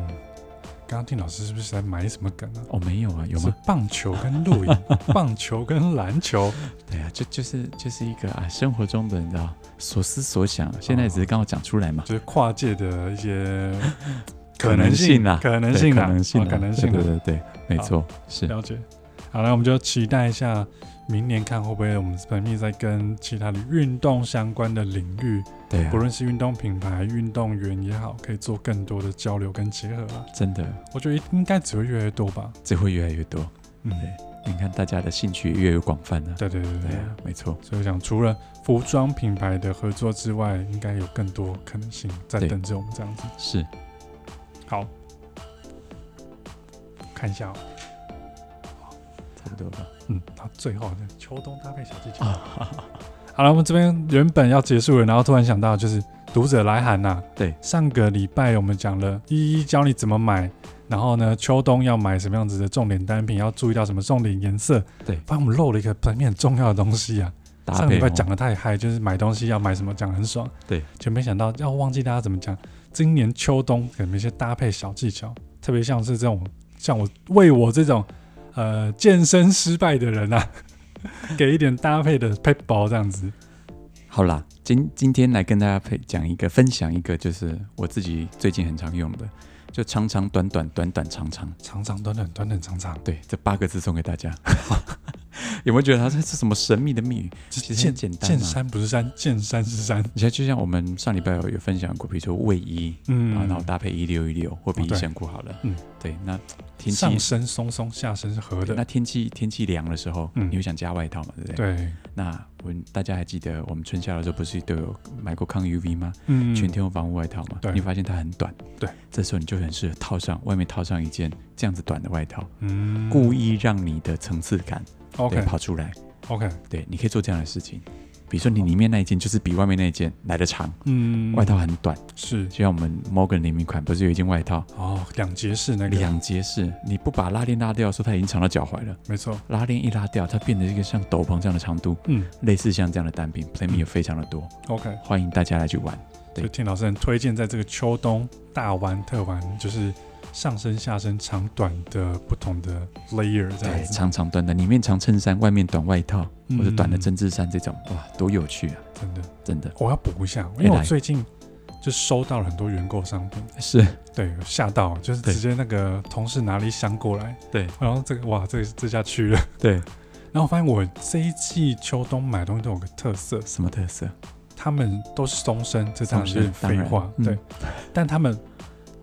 Speaker 1: 刚刚听老师是不是在埋什么梗啊？
Speaker 2: 哦，没有啊，有
Speaker 1: 是
Speaker 2: 吗？
Speaker 1: 棒球跟露
Speaker 2: <laughs>
Speaker 1: 营，棒球跟篮球，
Speaker 2: 对啊，就就是就是一个啊，生活中的你知道所思所想，啊现在只是刚好讲出来嘛。
Speaker 1: 就是跨界的一些
Speaker 2: <laughs> 可能性啦
Speaker 1: 可能
Speaker 2: 对
Speaker 1: 性啦，
Speaker 2: 可能性
Speaker 1: 哦
Speaker 2: 啊，
Speaker 1: 可能性
Speaker 2: 对
Speaker 1: 啦
Speaker 2: 对对，对没错，是
Speaker 1: 了解。好了，我们就期待一下明年看会不会我们本命在跟其他的运动相关的领域，
Speaker 2: 对啊
Speaker 1: 不，论是运动品牌、运动员也好，可以做更多的交流跟结合啦。
Speaker 2: 真的，
Speaker 1: 我觉得应该只会越来越多吧。
Speaker 2: 这会越来越多。
Speaker 1: 嗯，
Speaker 2: 你看大家的兴趣越来越广泛了。
Speaker 1: 对对对对
Speaker 2: 对
Speaker 1: 对。
Speaker 2: 啊，没错，
Speaker 1: 所以我想，除了服装品牌的合作之外，应该有更多可能性在
Speaker 2: 对
Speaker 1: 等着我们这样子。
Speaker 2: 是
Speaker 1: 好，看一下、哦，
Speaker 2: 差不多吧。
Speaker 1: 嗯，它最后的秋冬搭配小技巧。
Speaker 2: 啊，
Speaker 1: 好了，我们这边原本要结束了，然后突然想到就是读者来函呐、
Speaker 2: 对
Speaker 1: 上个礼拜我们讲了一一教你怎么买，然后呢，秋冬要买什么样子的重点单品，要注意到什么重点颜色。
Speaker 2: 对
Speaker 1: 发现我们漏了一个本面很重要的东西啊。
Speaker 2: 搭
Speaker 1: 上礼
Speaker 2: 配
Speaker 1: 拜
Speaker 2: 哦
Speaker 1: 讲的太嗨，就是买东西要买什么讲得很爽，
Speaker 2: 对，
Speaker 1: 就没想到要忘记大家怎么讲。今年秋冬可能有一些搭配小技巧，特别像是这种像我为我这种呃健身失败的人啊， <laughs> 给一点搭配的 p e 包这样子。
Speaker 2: 好啦，今今天来跟大家配讲一个分享一个，就是我自己最近很常用的，就长长短短，短短长长。
Speaker 1: 长长短短，短短长长，
Speaker 2: 对，这八个字送给大家。 <laughs> 有没有觉得它是是什么神秘的密语？
Speaker 1: 其
Speaker 2: 其实很简单啊
Speaker 1: 见
Speaker 2: 嘛
Speaker 1: 山不是山，见山是山。
Speaker 2: 你看，就像我们上礼拜有有分享过，比如说卫衣，
Speaker 1: 嗯
Speaker 2: 啊，然后搭配一六一六或比
Speaker 1: 哦
Speaker 2: 一
Speaker 1: 对
Speaker 2: 线裤好了。
Speaker 1: 嗯，
Speaker 2: 对，那天气
Speaker 1: 上身松松，下身是合
Speaker 2: 那
Speaker 1: 的。
Speaker 2: 天气天气凉的时候，
Speaker 1: 嗯
Speaker 2: 你会想加外套嘛？对不对？。
Speaker 1: 对，
Speaker 2: 那我们大家还记得我们春夏的时候不是都有买过抗 UV 吗？
Speaker 1: 嗯
Speaker 2: 全天候防护外套嘛。
Speaker 1: 对
Speaker 2: 你发现它很短。
Speaker 1: 对。
Speaker 2: 这时候你就很适合套上外面套上一件这样子短的外套，
Speaker 1: 嗯
Speaker 2: 故意让你的层次感对
Speaker 1: OK
Speaker 2: 跑出来。
Speaker 1: OK，
Speaker 2: 对，你可以做这样的事情。比如说你里面那一件就是比外面那一件来的长，
Speaker 1: 嗯
Speaker 2: 外套很短。
Speaker 1: 是
Speaker 2: 就像我们 Morgan 联名款不是有一件外套？
Speaker 1: 哦，两节式那个，
Speaker 2: 两节式，你不把拉链拉掉的时候，它已经长到脚踝了。
Speaker 1: 没错，
Speaker 2: 拉链一拉掉，它变得一个像斗篷这样的长度，
Speaker 1: 嗯
Speaker 2: 类似像这样的单品，Play Me
Speaker 1: 嗯
Speaker 2: 有非常的多，
Speaker 1: OK。
Speaker 2: 欢迎大家来去玩。对
Speaker 1: 所以听老师很推荐在这个秋冬大玩特玩，就是上身、下身长短的不同的 layer 这样
Speaker 2: 对，
Speaker 1: 子，
Speaker 2: 长长短短，里面长衬衫，外面短外套，或者短的
Speaker 1: 啊嗯
Speaker 2: 针织衫这种，哇，多有趣啊！
Speaker 1: 真的，
Speaker 2: 真的
Speaker 1: 我要补一下，因
Speaker 2: 哎
Speaker 1: 为我
Speaker 2: 来
Speaker 1: 最近就收到了很多原购商品，
Speaker 2: 是，
Speaker 1: 对，有吓到，就是
Speaker 2: 对
Speaker 1: 直接那个同事拿了一箱过来，
Speaker 2: 对，
Speaker 1: 然后这个哇，这这下去了，
Speaker 2: 对，
Speaker 1: 然后我发现我这一季秋冬买东西都有个特色，
Speaker 2: 什么特色？
Speaker 1: 他们都是松身，这当然
Speaker 2: 松
Speaker 1: 有
Speaker 2: 身
Speaker 1: 点废
Speaker 2: 当然
Speaker 1: 话，
Speaker 2: 嗯
Speaker 1: 对，但他们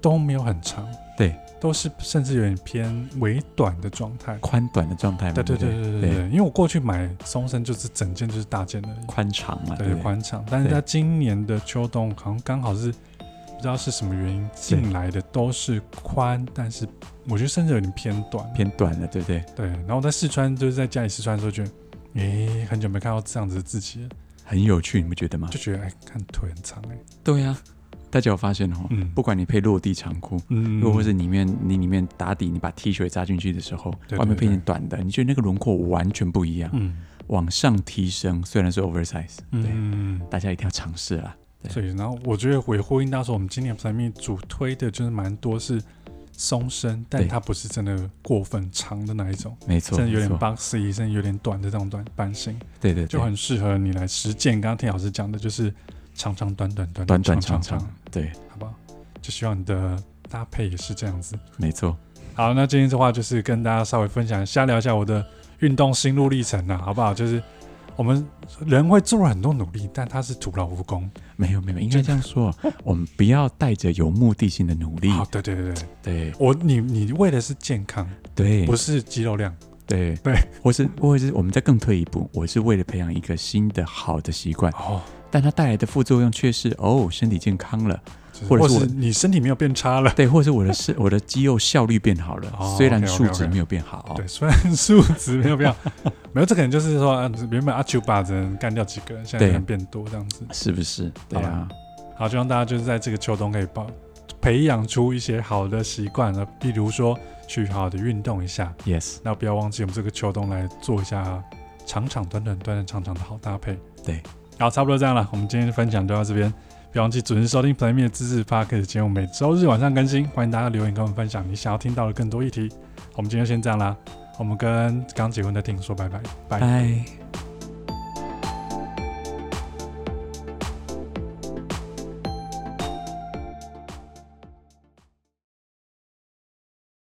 Speaker 1: 都没有很长，
Speaker 2: 对，
Speaker 1: 都是甚至有点偏微短的状态。
Speaker 2: 宽短的状态嘛，
Speaker 1: 对对
Speaker 2: 对
Speaker 1: 对
Speaker 2: 不
Speaker 1: 对对对，对因为我过去买松参就是整件就是大件的，
Speaker 2: 宽长嘛，
Speaker 1: 对
Speaker 2: 不
Speaker 1: 宽长，但是
Speaker 2: 啊对
Speaker 1: 它今年的秋冬好像刚好是不知道是什么原因进来的都是宽，但是我觉得甚至有点偏短。
Speaker 2: 偏短了，对不对？
Speaker 1: 对，然后我在试穿就是在家里试穿的时候觉得，诶、很久没看到这样子的自己了，
Speaker 2: 很有趣，你不觉得吗
Speaker 1: 就？觉得哎、看腿很长哎、
Speaker 2: 对呀、大家有发现哦，
Speaker 1: 嗯
Speaker 2: 不管你配落地长裤，
Speaker 1: 嗯
Speaker 2: 如果是里面你里面打底，你把 T 恤扎进去的时候，
Speaker 1: 对
Speaker 2: 外面
Speaker 1: 对
Speaker 2: 配
Speaker 1: 对
Speaker 2: 件短的，你觉得那个轮廓完全不一样，
Speaker 1: 嗯
Speaker 2: 往上提升，虽然是 oversize，、对，
Speaker 1: 嗯，
Speaker 2: 大家一定要尝试啦。对
Speaker 1: 所以然后我觉得也呼应到说，我们今年上面主推的就是蛮多是松身，但
Speaker 2: 对
Speaker 1: 它不是真的过分长的那一种，
Speaker 2: 没错，
Speaker 1: 真的有
Speaker 2: 没
Speaker 1: 点
Speaker 2: 错，
Speaker 1: boxy，甚至有点短的这种短版型，
Speaker 2: 对对对，
Speaker 1: 就很适合你来实践。刚刚听老师讲的就是长长短短短
Speaker 2: 短短
Speaker 1: 长
Speaker 2: 长
Speaker 1: 长
Speaker 2: 长，对，
Speaker 1: 好不好？就希望你的搭配也是这样子。
Speaker 2: 没错，
Speaker 1: 好，那今天的话就是跟大家稍微分享一下，聊一下我的运动心路历程啊，好不好？就是我们人会做了很多努力，但他是徒劳无功。
Speaker 2: 没有没有，应该这样说，我们不要带着有目的性的努力，
Speaker 1: 好，对对对对，
Speaker 2: 对
Speaker 1: 我你你为的是健康，
Speaker 2: 对
Speaker 1: 不是肌肉量。
Speaker 2: 对
Speaker 1: 对，
Speaker 2: 或是或者是我们再更退一步，我是为了培养一个新的好的习惯，
Speaker 1: 哦，
Speaker 2: 但它带来的副作用却是哦，身体健康了，
Speaker 1: 就是
Speaker 2: 或者
Speaker 1: 或
Speaker 2: 是我
Speaker 1: 是你身体没有变差了。
Speaker 2: 对，或者是我的是我的肌肉效率变好了，
Speaker 1: 哦
Speaker 2: 虽然
Speaker 1: OK，OK，OK
Speaker 2: 数值没有变好，哦
Speaker 1: 对，虽然数值没有变好， <laughs> 没有这可能就是说，啊原本阿丘巴只能干掉几个人，现在
Speaker 2: 对
Speaker 1: 能变多这样子。
Speaker 2: 是不是？对
Speaker 1: 好
Speaker 2: 啊
Speaker 1: 啦，好，希望大家就是在这个秋冬可以保培养出一些好的习惯了，比如说去好好的运动一下，
Speaker 2: Yes，
Speaker 1: 那不要忘记我们这个秋冬来做一下长长短短、短短长长的好搭配。
Speaker 2: 对，
Speaker 1: 好，差不多这样了，我们今天的分享就到这边，别忘记准时收听 Play Me 的自制 p a r k 节目，每周日晚上更新，欢迎大家留言跟我们分享你想要听到的更多议题。我们今天就先这样啦，我们跟刚结婚的听说拜拜，拜。
Speaker 2: 拜。